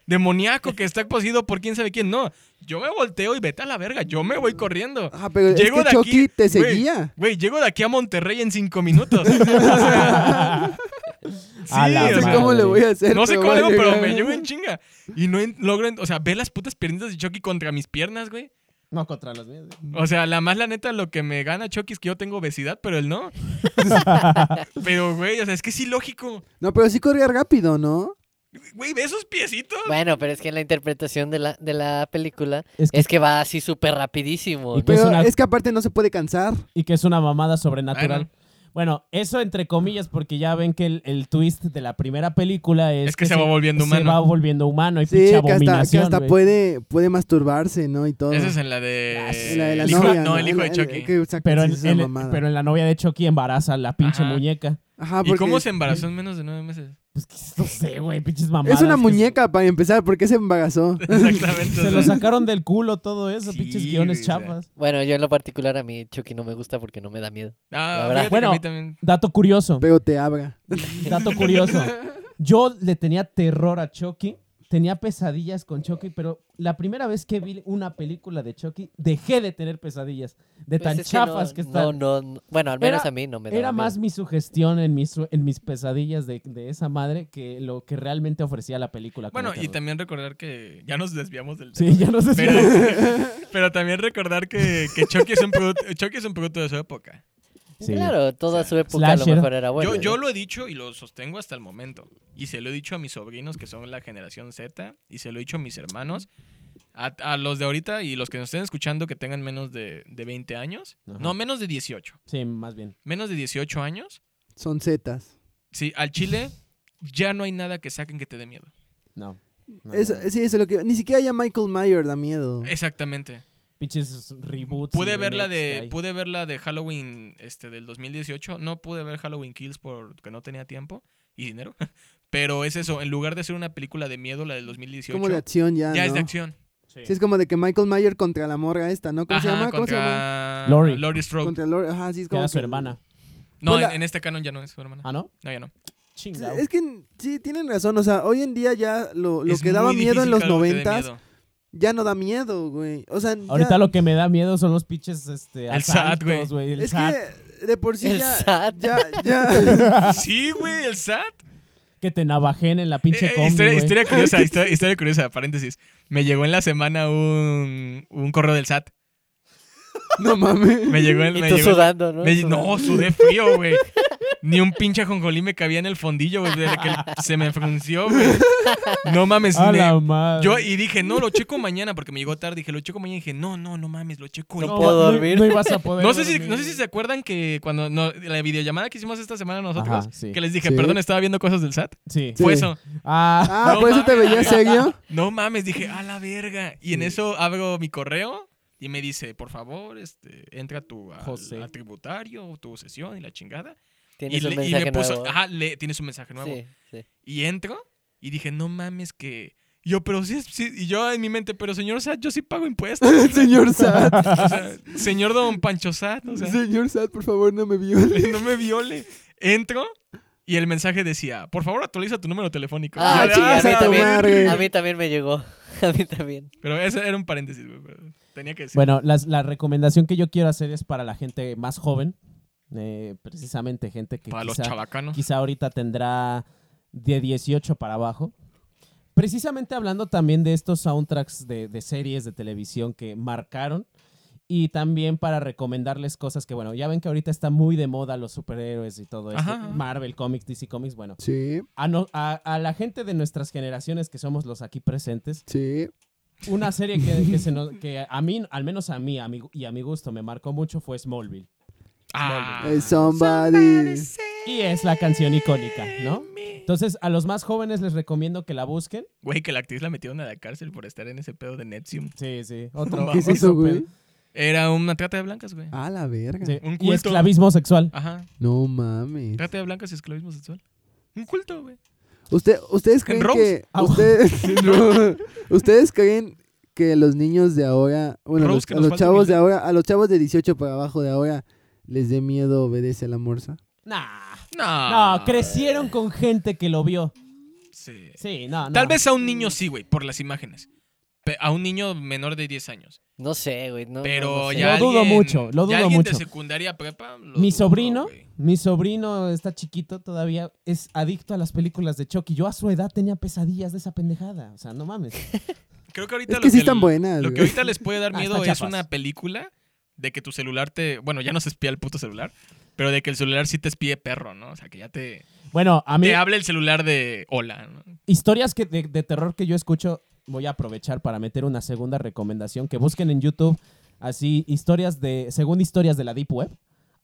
Demoníaco que está poseído por quién sabe quién. No, yo me volteo y vete a la verga. Yo me voy corriendo.
Ajá, Ah, pero
Llego
es
de
que
aquí,
Chucky
güey.
te seguía.
Güey, llego de aquí a Monterrey en cinco minutos. O sea, sí,
A la
o
No sé
sea,
cómo le voy a hacer.
no sé
pero
cómo,
voy a
le hago, pero
llegar.
me llevo en chinga. Y no en- logro, en- o sea, ve las putas piernitas de Chucky contra mis piernas, güey.
No, contra los míos.
O sea, la más la neta, lo que me gana Chucky es que yo tengo obesidad, pero él no. pero, güey, o sea, es que es ilógico.
No, pero sí corría rápido, ¿no?
Güey, ve esos piecitos.
Bueno, pero es que en la interpretación de la, de la película
Es que-
es que va así súper rapidísimo.
Y
pues
¿no?
que- es
Pero
una-
es que aparte no se puede cansar.
Y que es una mamada sobrenatural.
Bueno.
Bueno, Bueno, eso entre comillas, porque ya ven que el, el twist de la primera película es,
Es que se va volviendo
Se va
humano.
volviendo humano y
Sí,
pinche
que hasta, que
abominación,
hasta
güey.
puede, puede masturbarse, ¿no? Y todo.
Esa es en la de.
Ah, sí.
En la de la
el hijo-
novia,
no, el hijo de
En la-
Chucky.
en- que saca
Pero en,
esa
en-
mamada.
pero en la novia de Chucky embaraza a la pinche
Ajá.
muñeca.
Ajá,
¿Y
ah, porque
cómo se embarazó en menos de nueve meses?
Pues que- no sé, güey, pinches mamadas.
Es una
que
muñeca para empezar, ¿por qué se embarazó?
se-
Exactamente. o
Se lo
sea,
sacaron del culo todo eso,
Sí,
pinches
güey,
guiones
o sea.
chapas.
Bueno, yo en lo particular a mí Chucky no me gusta porque no me da miedo.
ah,
la verdad.
fíjate que a mí
Bueno.
también.
Dato curioso,
Pero te abra.
dato curioso. Yo le tenía terror a Chucky, tenía pesadillas con Chucky, pero la primera vez que vi una película de Chucky, dejé de tener pesadillas, de
Pues
tan
es que
chafas
no-
que,
no,
están.
no, no. Bueno, al menos
Era-
a mí no me da
Era
miedo.
más mi sugestión en mis, sue- en mis pesadillas de, de esa madre que lo que realmente ofrecía la película. como
Bueno, y
terror.
también recordar que. Ya nos desviamos del tema.
Sí, ya no sé si...
Pero, pero también recordar que, que Chucky, es un producto, Chucky es un producto de su época.
Sí.
Claro, toda su época a lo
Slasher.
mejor era buena.
yo, yo
¿no?
lo he dicho y lo sostengo hasta el momento. Y se lo he dicho a mis sobrinos que son la generación Z. Y se lo he dicho a mis hermanos. A, a los de ahorita y los que nos estén escuchando que tengan menos de, de 20 años.
Ajá.
No, menos de 18.
Sí, más bien.
Menos de 18 años.
Son setas.
Sí, al chile ya no hay nada que saquen que te dé miedo.
No. No,
Eso,
no.
sí, eso es lo que. Ni siquiera ya Michael Myers da miedo.
Exactamente.
Pinches reboots.
Pude
y
ver la
remakes
de
que hay.
pude ver la de Halloween este del 2018, no pude ver Halloween Kills porque no tenía tiempo y dinero, pero es eso, en lugar de ser una película de miedo la del
Es como de
2018,
acción ya.
ya
¿no?
es de acción.
Sí.
Sí, es como de que Michael Myers contra la morra esta, ¿no? ¿Cómo se
Ajá,
llama? ¿Cómo se llama?
contra
Laurie.
Laurie Strode.
Contra Lord. Ajá, sí, es
Que
como.
era su
que-
hermana.
No,
Pues la-
en, en este canon ya no es su hermana.
¿Ah, no?
No, ya no.
Chingado.
Es que sí, tienen razón. O sea, hoy en día ya lo, lo
Es
que daba
muy
miedo
difícil
en los
que algo te dé
noventas
miedo.
ya no da miedo, güey. O sea, ya-
Ahorita lo que me da miedo son los pinches este,
El SAT,
asaltos,
güey.
güey. El
es
SAT.
que de por sí
El
ya,
SAT.
ya, ya,
Sí, güey, el SAT.
Que te navajen en la pinche
Eh, eh,
combi,
historia,
güey.
historia curiosa, historia, historia curiosa, paréntesis. Me llegó en la semana un, un correo del SAT.
no mames.
Me llegó en,
Y
me
tú
llegó en-
sudando, ¿no?
Me-
Sudando.
no, sudé frío, güey. Ni un pinche jonjolí me cabía en el fondillo, güey, desde que se me frunció, güey. No mames.
A
me-
la madre.
yo y dije, no, lo checo mañana, porque me llegó tarde. Dije, lo checo mañana. Y dije, no, no, no mames, lo checo.
No
ahorita.
puedo
no-
dormir.
No, ibas a poder
No sé, si,
dormir.
no sé si se acuerdan que cuando no- la videollamada que hicimos esta semana nosotros,
Ajá, sí.
que les dije,
Sí.
perdón, estaba viendo cosas del SAT.
Sí.
Sí.
Fue eso.
Ah,
Ah,
No
por eso te
mames.
veía serio.
No mames, dije, a la verga. Y en eso abro mi correo y me dice, por favor, este, entra tu al-
José.
al tributario, tu sesión y la chingada.
Tienes
y,
un
le- y
mensaje
me puso,
nuevo.
ajá, le, tienes un mensaje nuevo.
Sí, sí.
Y entro y dije, no mames que... Yo, pero sí, es- sí- y yo en mi mente, pero señor Sat, yo sí pago impuestos.
Señor Sat,
O sea, señor don Pancho Sat, o sea,
señor Sat, por favor, no me viole.
no me viole. Entro y el mensaje decía, por favor actualiza tu número telefónico.
Ah,
Y yo,
sí, a mí
sí,
también.
madre.
A mí también me llegó. A mí también.
Pero ese era un paréntesis, güey, pero tenía que decir.
Bueno, las- la recomendación que yo quiero hacer es para la gente más joven. eh, precisamente gente que
para los
quizá-
chavacanos.
quizá ahorita tendrá de 18 para abajo. Precisamente hablando también de estos soundtracks de, de series de televisión que marcaron y también para recomendarles cosas que, bueno, ya ven que ahorita está muy de moda los superhéroes y todo esto.
Ajá, ajá.
Marvel Comics, DC Comics, bueno.
Sí,
A, no- a- a la gente de nuestras generaciones que somos los aquí presentes,
sí.
una serie que, que se nos- que a mí, al menos a mí a mi- y a mi gusto me marcó mucho fue Smallville.
Ah,
Eh, somebody.
Y es la canción icónica, ¿no? Entonces, a los más jóvenes les recomiendo que la busquen.
Güey, que la actriz la metieron a la cárcel por estar en ese pedo de Netsium.
Sí, sí. Otro,
¿Qué es
otro
eso, güey?
pedo.
Era una trata de blancas, güey.
A la verga.
Sí,
Un
Y
culto.
esclavismo sexual.
Ajá.
No mames.
Trata de blancas y esclavismo sexual. Un culto, güey.
Usted, ¿Ustedes creen
Rose?
que...
Ah,
Ustedes, no. ¿Ustedes creen que los niños de ahora... Bueno, a
Rose,
los,
que
a
nos
los
falta
chavos de
humildad.
ahora... A los chavos de 18 para abajo de ahora les dé miedo obedece a la morsa. Ah.
Nah.
No.
No, crecieron con gente que lo vio.
Sí.
Sí, no, no.
Tal vez a un niño sí, güey, por las imágenes. Pe- A un niño menor de 10 años.
No sé, güey. no-
Pero
no, no sé.
ya.
Lo dudo
alguien-
mucho, lo
ya
dudo
alguien
mucho.
de secundaria prepa. lo
Mi
dudo,
sobrino,
güey.
mi sobrino está chiquito todavía, es adicto a las películas de Chucky. Yo a su edad tenía pesadillas de esa pendejada. O sea, no mames.
Creo que ahorita.
Es
lo
que sí
le-
están buenas,
Lo que
güey.
ahorita les puede dar
Ah,
miedo
está
es
chapas.
una película de que tu celular te. Bueno, ya no se espía el puto celular. Pero de que el celular sí te espíe perro, ¿no? O sea, que ya te.
Bueno, a mí,
Te hable el celular de hola, ¿no?
historias que de, de terror que yo escucho, voy a aprovechar para meter una segunda recomendación que busquen en YouTube, así historias de, según historias de la Deep Web.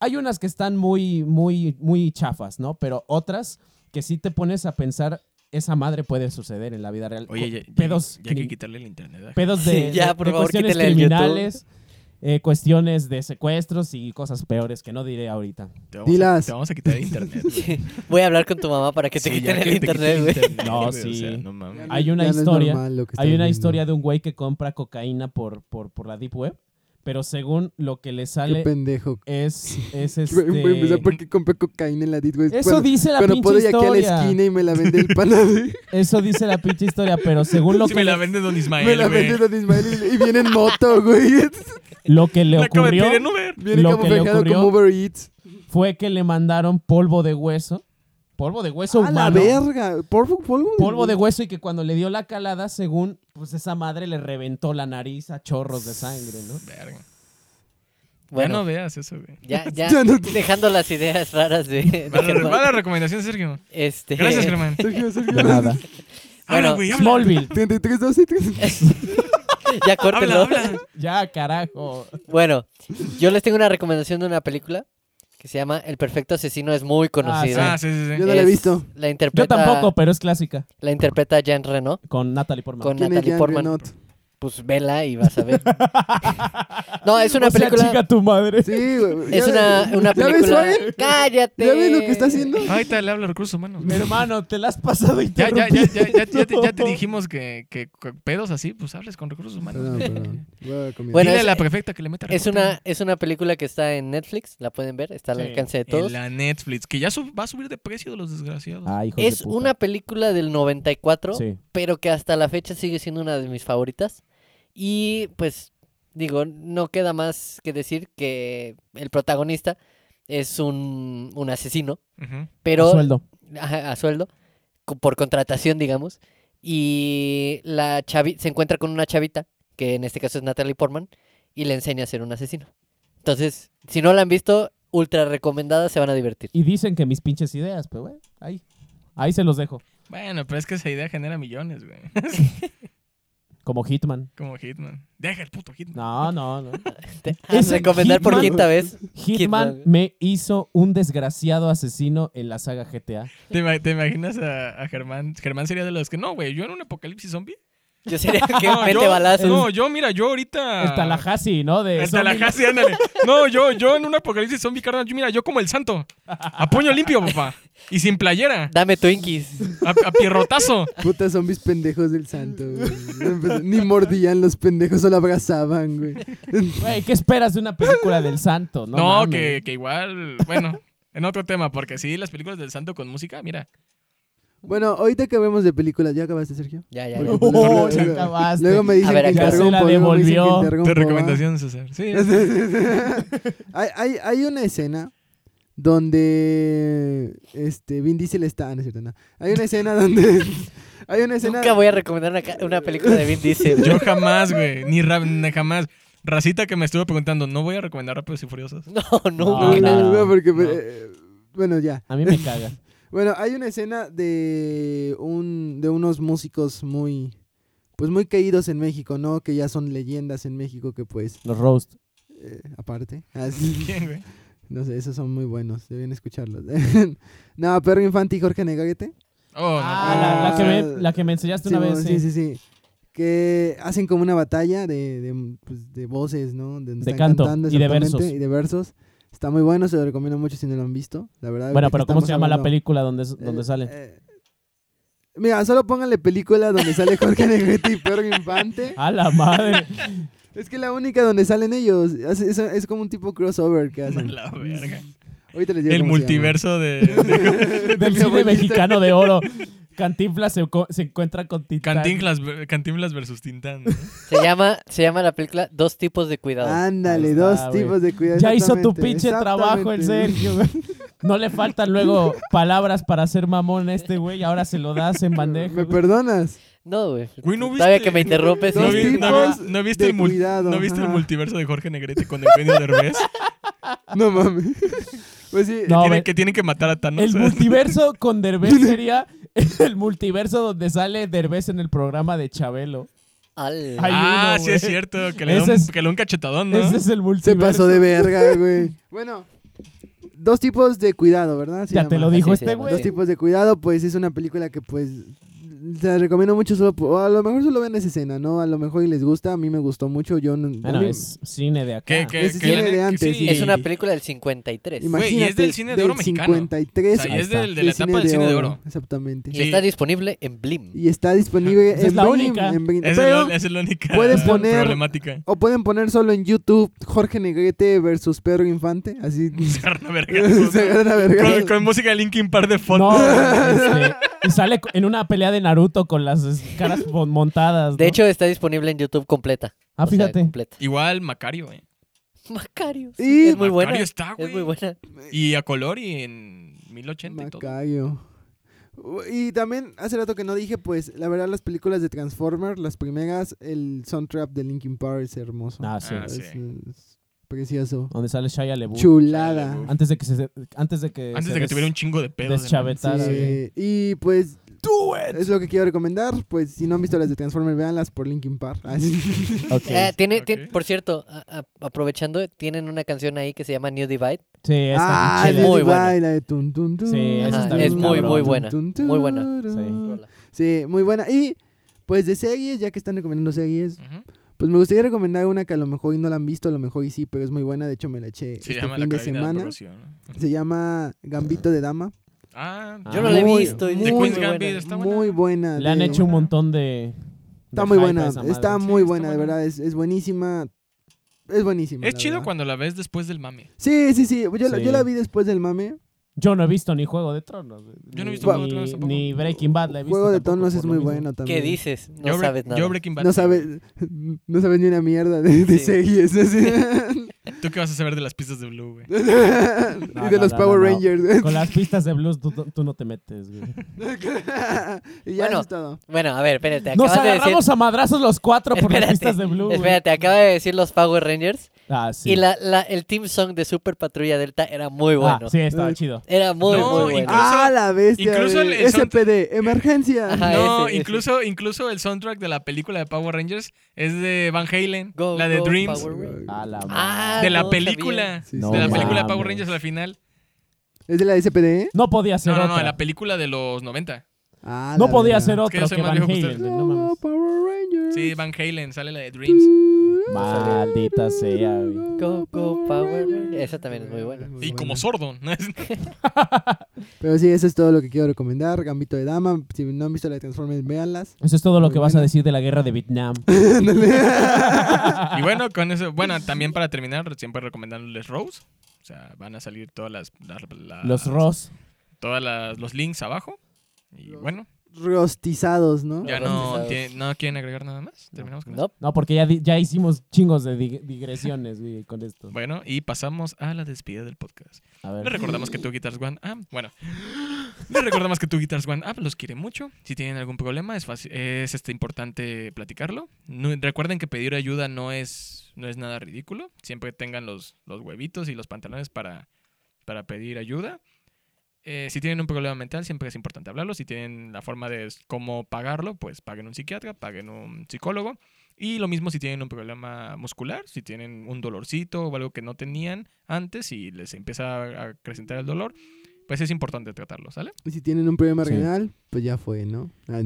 hay unas que están muy, muy, muy chafas, ¿no? Pero otras que sí te pones a pensar, esa madre puede suceder en la vida real.
Oye,
Cu-
ya, ya-
pedos,
ya hay que
cri-
quitarle el internet. ah.
pedos de,
Sí, ya,
de-
por
de
favor,
cuestiones
quítale el YouTube.
criminales, eh, cuestiones de secuestros y cosas peores que no diré ahorita.
Te vamos, a,
Dilas.
te vamos a quitar el internet. güey.
Voy a hablar con tu mamá para que te
Sí, ya
quiten
que te
el
quite
internet, güey.
internet,
No,
güey, o sea,
sí.
no mames.
Hay una
Ya no es
historia-
normal lo que
Hay
estás
una
viendo.
historia de un güey que compra cocaína por, por, por la Deep Web, pero según lo que le
Qué
sale
pendejo.
es, es
Voy a empezar
este...
porque compré cocaína en la dit, güey.
Eso
Cuando-
dice la
Cuando
pinche
puedo ir aquí a la
historia.
esquina y me la vende el panadero.
Eso dice la pinche historia, pero según lo
Si
que
me la
le-
vende Don Ismael,
Me la
güey.
vende Don Ismael y, y viene en moto, güey.
lo que le
La acabo de
ocurrió
pedir en Uber.
Viene
Lo que le
camuflajeado
ocurrió-
como Uber Eats.
fue que le mandaron polvo de hueso, polvo de hueso
A la
humano,
verga. Polvo, polvo,
polvo de hueso y que cuando le dio la calada, según pues esa madre le reventó la nariz a chorros de sangre, ¿no?
Verga. Ya no
Bueno,
veas eso, güey.
ya, ya,
Ya no-
dejando las ideas raras de, de
Mala,
Germán.
mala recomendación, Sergio.
Este,
Gracias, Germán.
Sergio, Sergio.
De nada.
Habla,
Bueno,
güey, habla.
Smallville,
33, 12,
Eh,
33.
ya
Habla,
córtenlo.
habla.
ya carajo.
Bueno, yo les tengo una recomendación de una película que se llama El perfecto asesino, es muy conocida.
Ah, sí, sí,
Yo
sí.
no la he
Es-
visto.
La
Yo
interpreta,
tampoco, pero es clásica
la interpreta Jean Reno
con Natalie Portman.
con
¿Quién es
Natalie
Jan
Portman.
Renaud?
Pues vela y vas a ver. no, es una
O sea,
película.
chica tu madre.
Sí, güey.
es
Ya
una,
ves-
una
¿Ya ves,
película.
Ryan?
Cállate.
¿Ya ves lo que está haciendo?
Ahorita le habla recursos humanos.
Hermano, te la has pasado y
Ya, ya, ya, ya, ya, ya te, ya te dijimos que, que con pedos así, pues hables con recursos humanos.
Perdón,
güey.
perdón. Voy a comer.
Bueno,
Dile a
es-
la prefecta que le meta
Es
reporte.
una, es una película que está en Netflix, la pueden ver, está al
Sí,
alcance de todos.
En la Netflix, que ya sub- va a subir de precio de los desgraciados.
Ah, hijos de
Es
puta.
una película del 94,
Sí.
pero que hasta la fecha sigue siendo una de mis favoritas. Y pues, digo, no queda más que decir que el protagonista es un, un asesino,
Ujú.
pero
Sueldo.
ajá, a sueldo, co- por contratación, digamos. Y la chavi se encuentra con una chavita, que en este caso es Natalie Portman, y le enseña a ser un asesino. Entonces, si no la han visto, ultra recomendada, se van a divertir.
Y dicen que mis pinches ideas, pero bueno, ahí. Ahí se los dejo.
Bueno, pero es que esa idea genera millones, güey.
Como Hitman.
Como Hitman. Deja el puto Hitman.
No, no, no.
Te-
Es el
recomendar por
Hitman.
quinta vez.
Hitman
Hitman.
me hizo un desgraciado asesino en la saga GTA.
¿Te, ima- te imaginas a, a Germán? Germán sería de los que no, güey. Yo en un apocalipsis zombie.
Yo sería que
No,
mete
yo,
balazos.
no, yo, mira, yo ahorita.
El Tallahassee, ¿no? De
Ah. El
Zombie.
Tallahassee, ándale. No, yo, yo en un apocalipsis zombie, carnal. yo- Mira, yo como el santo. A puño limpio, papá. Y sin playera.
Dame Twinkies.
A, a pierrotazo.
Puta zombies pendejos del santo, güey. Empezó- Ni mordían los pendejos, solo abrazaban, güey.
Güey, ¿qué esperas de una película del santo? No,
No,
mames.
que, que igual. Bueno, en otro tema, porque sí, las películas del santo con música, mira.
Bueno, ahorita que vemos de películas, ¿ya acabaste, Sergio?
Ya, ya, ya.
Porque,
Oh,
pues, luego-
ya
luego-
acabaste.
Luego me dicen
ver,
que
acá.
interrumpo.
Se la
luego me dicen que
devolvió.
Tu
interrumpo, ¿va?
recomendación, César. Sí.
hay, hay, hay una escena donde este Vin Diesel está, ah, no es cierto, no. Hay una escena donde hay una escena
Nunca voy a recomendar una, ca- una película de Vin Diesel.
Yo jamás, güey. Ni ra- ni jamás. Racita que me estuvo preguntando, no voy a recomendar Rápidos y Furiosos.
No,
No,
no.
No,
güey.
no,
no,
no, porque,
no.
eh, bueno, ya.
A mí me caga.
Bueno, hay una escena de un de unos músicos muy pues muy caídos en México, ¿no? Que ya son leyendas en México que pues
Los roast.
eh, aparte, así
¿Quién, güey?
no sé, esos son muy buenos, deben escucharlos. no, Perro Infante y Jorge Negrete.
Oh, no.
Ah, la, la que me, la que me enseñaste una
Simón,
vez. Sí,
sí, sí, sí. Que hacen como una batalla de, de, pues, de voces, ¿no? De,
De canto y de
exactamente,
versos.
Y de versos. Está muy bueno, se lo recomiendo mucho si no lo han visto, la verdad.
Bueno,
ahorita
pero
que
¿cómo se
estamos
llama la
hablando-
película donde, donde
Eh,
sale?
eh, mira, solo pónganle película donde sale Jorge Negrete y Perro Infante.
A la madre.
Es que la única donde salen ellos. Es, es- es como un tipo crossover que hacen.
La verga.
Ahorita les digo
El
cómo se llama.
multiverso de, de-
Del cine mexicano de oro. Cantinflas se, co- se encuentra con Titán.
Cantinflas, Cantinflas versus Tintán. ¿no?
Se llama, se llama la película Dos tipos de cuidado.
Ah.
Ándale,
Ahí está,
dos
güey.
tipos de cuidado.
Ya hizo tu
exactamente,
pinche trabajo el
exactamente.
Sergio, güey. No le faltan luego palabras para ser mamón a este güey. Ahora se lo das en bandeja.
¿Me
güey.
perdonas?
No, güey.
Güey, ¿no
Todavía
viste?
que me interrumpes.
¿No,
Dos
sí.
vi- no vi-
tipos
no viste,
de
el, mul-
cuidado,
¿no viste el
ajá.
multiverso de Jorge Negrete con Eugenio Derbez?
No mames. Pues sí,
No,
Tienen-
ve-
que tienen que matar a Thanos. ¿eh?
El multiverso con Derbez sería el multiverso donde sale Derbez en el programa de Chabelo.
Al-
Ay,
ah,
hay uno,
sí es
güey.
cierto. Que le, da
Ese
un,
es-
que le da un cachetadón, ¿no?
Ese es el
eh, se
multiverso.
pasó de verga, güey. Bueno, Dos tipos de cuidado, ¿verdad? Se
Ya te
llama.
lo dijo
Así se
este
llama,
güey.
Dos tipos de cuidado, pues es una película que pues se recomiendo mucho solo por- o a lo mejor solo ven esa escena, ¿no? A lo mejor y les gusta, a mí me gustó mucho, yo no,
Bueno,
a mí-
es cine Ah, de acá.
Que, que,
Ese
que
viene
la
de
neta-
antes,
sí.
Es una película del 53.
Ima- Güey, y es del cine de oro mexicano.
53
O sea,
ahí
y es
está.
del- de la etapa del cine de oro.
Exactamente.
Y
Sí.
está disponible en Blim.
Y está disponible
Esa es
en
la
Blim,
única.
en Blim.
Esa
Pero-
es la- esa es la única
puedes poner-
problemática.
o pueden poner solo en YouTube Jorge Negrete versus Pedro Infante, así
Se agarran a vergazos,
se agarran a
¿no?
vergazos.
Con, con música de Linkin Park de fondo.
No, este, y sale en una pelea de Naruto con las es- caras mon- montadas. ¿no?
De hecho, está disponible en YouTube completa.
ah,
O sea,
fíjate.
completa.
Igual Macario, eh.
Macario. sí,
Y-
es muy buena.
Macario está, güey.
es muy buena.
Y a color y en 1080 y todo.
Macayo. U- Y también, hace rato que no dije, pues, la verdad, las películas de Transformers, las primeras, el soundtrack de Linkin Park es hermoso.
Ah, sí.
Ah,
es,
sí.
es precioso.
Donde sale Shia LaBeouf.
Chulada.
Uf.
Antes de que se antes de que
Antes
se
de que
des-
tuviera un chingo de pedos.
deschavetara.
Sí,
güey.
Y pues, es lo que quiero recomendar. Pues, si no han visto las de Transformers, véanlas por Linkin Park. Ah, sí.
Ok.
Eh, tiene,
Ok.
tiene- por cierto, a- a- aprovechando, tienen una canción ahí que se llama New Divide.
Sí, está
Ah,
bien chida.
la
es
de
muy buena.
Dubai, la de Tun Tun Tun.
Sí, esa
está bien Es muy, cabrón. muy buena, muy buena.
Sí.
Sí, muy buena. Y, pues, de series, ya que están recomendando series,
Ujú.
Pues me gustaría recomendar una que a lo mejor y no la han visto, a lo mejor y sí, pero es muy buena. De hecho, me la eché
Se
este
llama la Carolina
fin de
de la
semana.
Corrupción, ¿no?
Se llama Gambito de Dama.
Ah,
Yo no la he
Muy,
visto. y
muy
es
Queen's
buena.
Gambit está buena.
muy buena.
Le han
de-
hecho un montón de
Está
de
muy
hype a
buena.
esa madre.
Está
Sí,
muy
está
buena, de
buena.
verdad. Es, es buenísima. Es buenísima.
Es
la
chido
verdad.
cuando la ves después del mame.
Sí, sí, sí. Yo, la-
Sí.
yo la vi después del mame.
Yo no he visto ni Juego de Tronos.
Yo no he visto
ni,
Juego de Tronos tampoco.
ni Breaking Bad Ah, la he visto.
Juego de
tampoco,
Tonos
por
es
lo
muy
mismo.
bueno también.
¿Qué dices? No
yo, Bre-
sabes nada.
yo Breaking Bad.
No sabes, no sabes ni una mierda de, de
Sí.
series. así.
¿Tú qué vas a saber de las pistas de Blue, güey?
y de
no,
los
no,
Power
no.
Rangers.
Con las pistas de blues tú, tú no te metes, güey.
y ya
Bueno,
eso es todo.
Bueno, a ver, espérate.
Nos
Acabas de decir,
agarramos a madrazos los cuatro por las
Espérate,
pistas de blue. güey.
espérate, acaba de decir los Power Rangers.
Ah, sí.
Y la, la- el team song de Super Patrulla Delta era muy
Ah,
bueno.
sí, estaba chido.
Era muy,
No,
muy bueno.
incluso-
ah, la bestia.
incluso el-
güey.
el sound-
SPD, emergencia.
Ajá. Ah,
no,
ese, ese.
incluso, incluso el soundtrack de la película de Power Rangers es de Van Halen,
Go,
la de
go,
Dreams,
Power Rangers.
Ah, la
Ah,
de
madre.
la
no
película,
Sí,
No
de la
sí.
película de
mames.
Power Rangers al final.
¿Es de la SPD?
No podía ser
No, no,
otra.
no, de la película de los 90.
Ah,
No
la
podía
verga.
ser
Es que
otro
yo
que,
soy más
Van
viejo que
Halen.
ustedes.
No mames.
Power Rangers.
Sí, Van Halen, sale la de Dreams.
Maldita sea, güey.
Go, go, Power Rangers. Esa también es muy buena.
Pues
Y como sordo. ¿no?
Pero sí, eso es todo lo que quiero recomendar. Gambito de Dama. Si no han visto la de Transformers, véanlas.
Eso es todo lo que
Muy
vas a
buena.
decir de la guerra de Vietnam.
Ah, y bueno, con eso, bueno, también para terminar, siempre recomendándoles Rose. O sea, van a salir todas las, las- las-
Los Ross.
todas las- los links abajo. Y bueno,
Rostizados, ¿no?
ya
Los
no,
rostizados.
tie- no quieren agregar nada más. Terminamos con eso.
No,
No, porque ya, di- ya hicimos chingos de dig- digresiones güey, con esto.
Bueno, y pasamos a la despedida del podcast.
A
Les
ver.
recordamos que tu Guitars One App, bueno, les recordamos que tu Guitars One App los quiere mucho. Si tienen algún problema es fácil- es este importante platicarlo. No- recuerden que pedir ayuda no es no es nada ridículo. Siempre tengan los, los huevitos y los pantalones para para pedir ayuda. Eh, si tienen un problema mental, siempre es importante hablarlo. Si tienen la forma de s- cómo pagarlo, pues paguen un psiquiatra, paguen un psicólogo. Y lo mismo si tienen un problema muscular, si tienen un dolorcito o algo que no tenían antes y les empieza a acrecentar el dolor, pues es importante tratarlo, ¿sale?
Y si tienen un problema
Sí.
renal, pues ya fue, ¿no? Ah,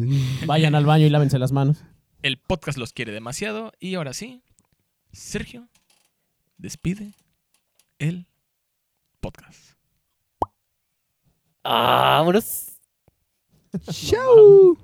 Vayan al baño y lávense las manos.
El podcast los quiere demasiado. Y ahora sí, Sergio, despide el podcast.
Ah, vámonos.
¡Chau!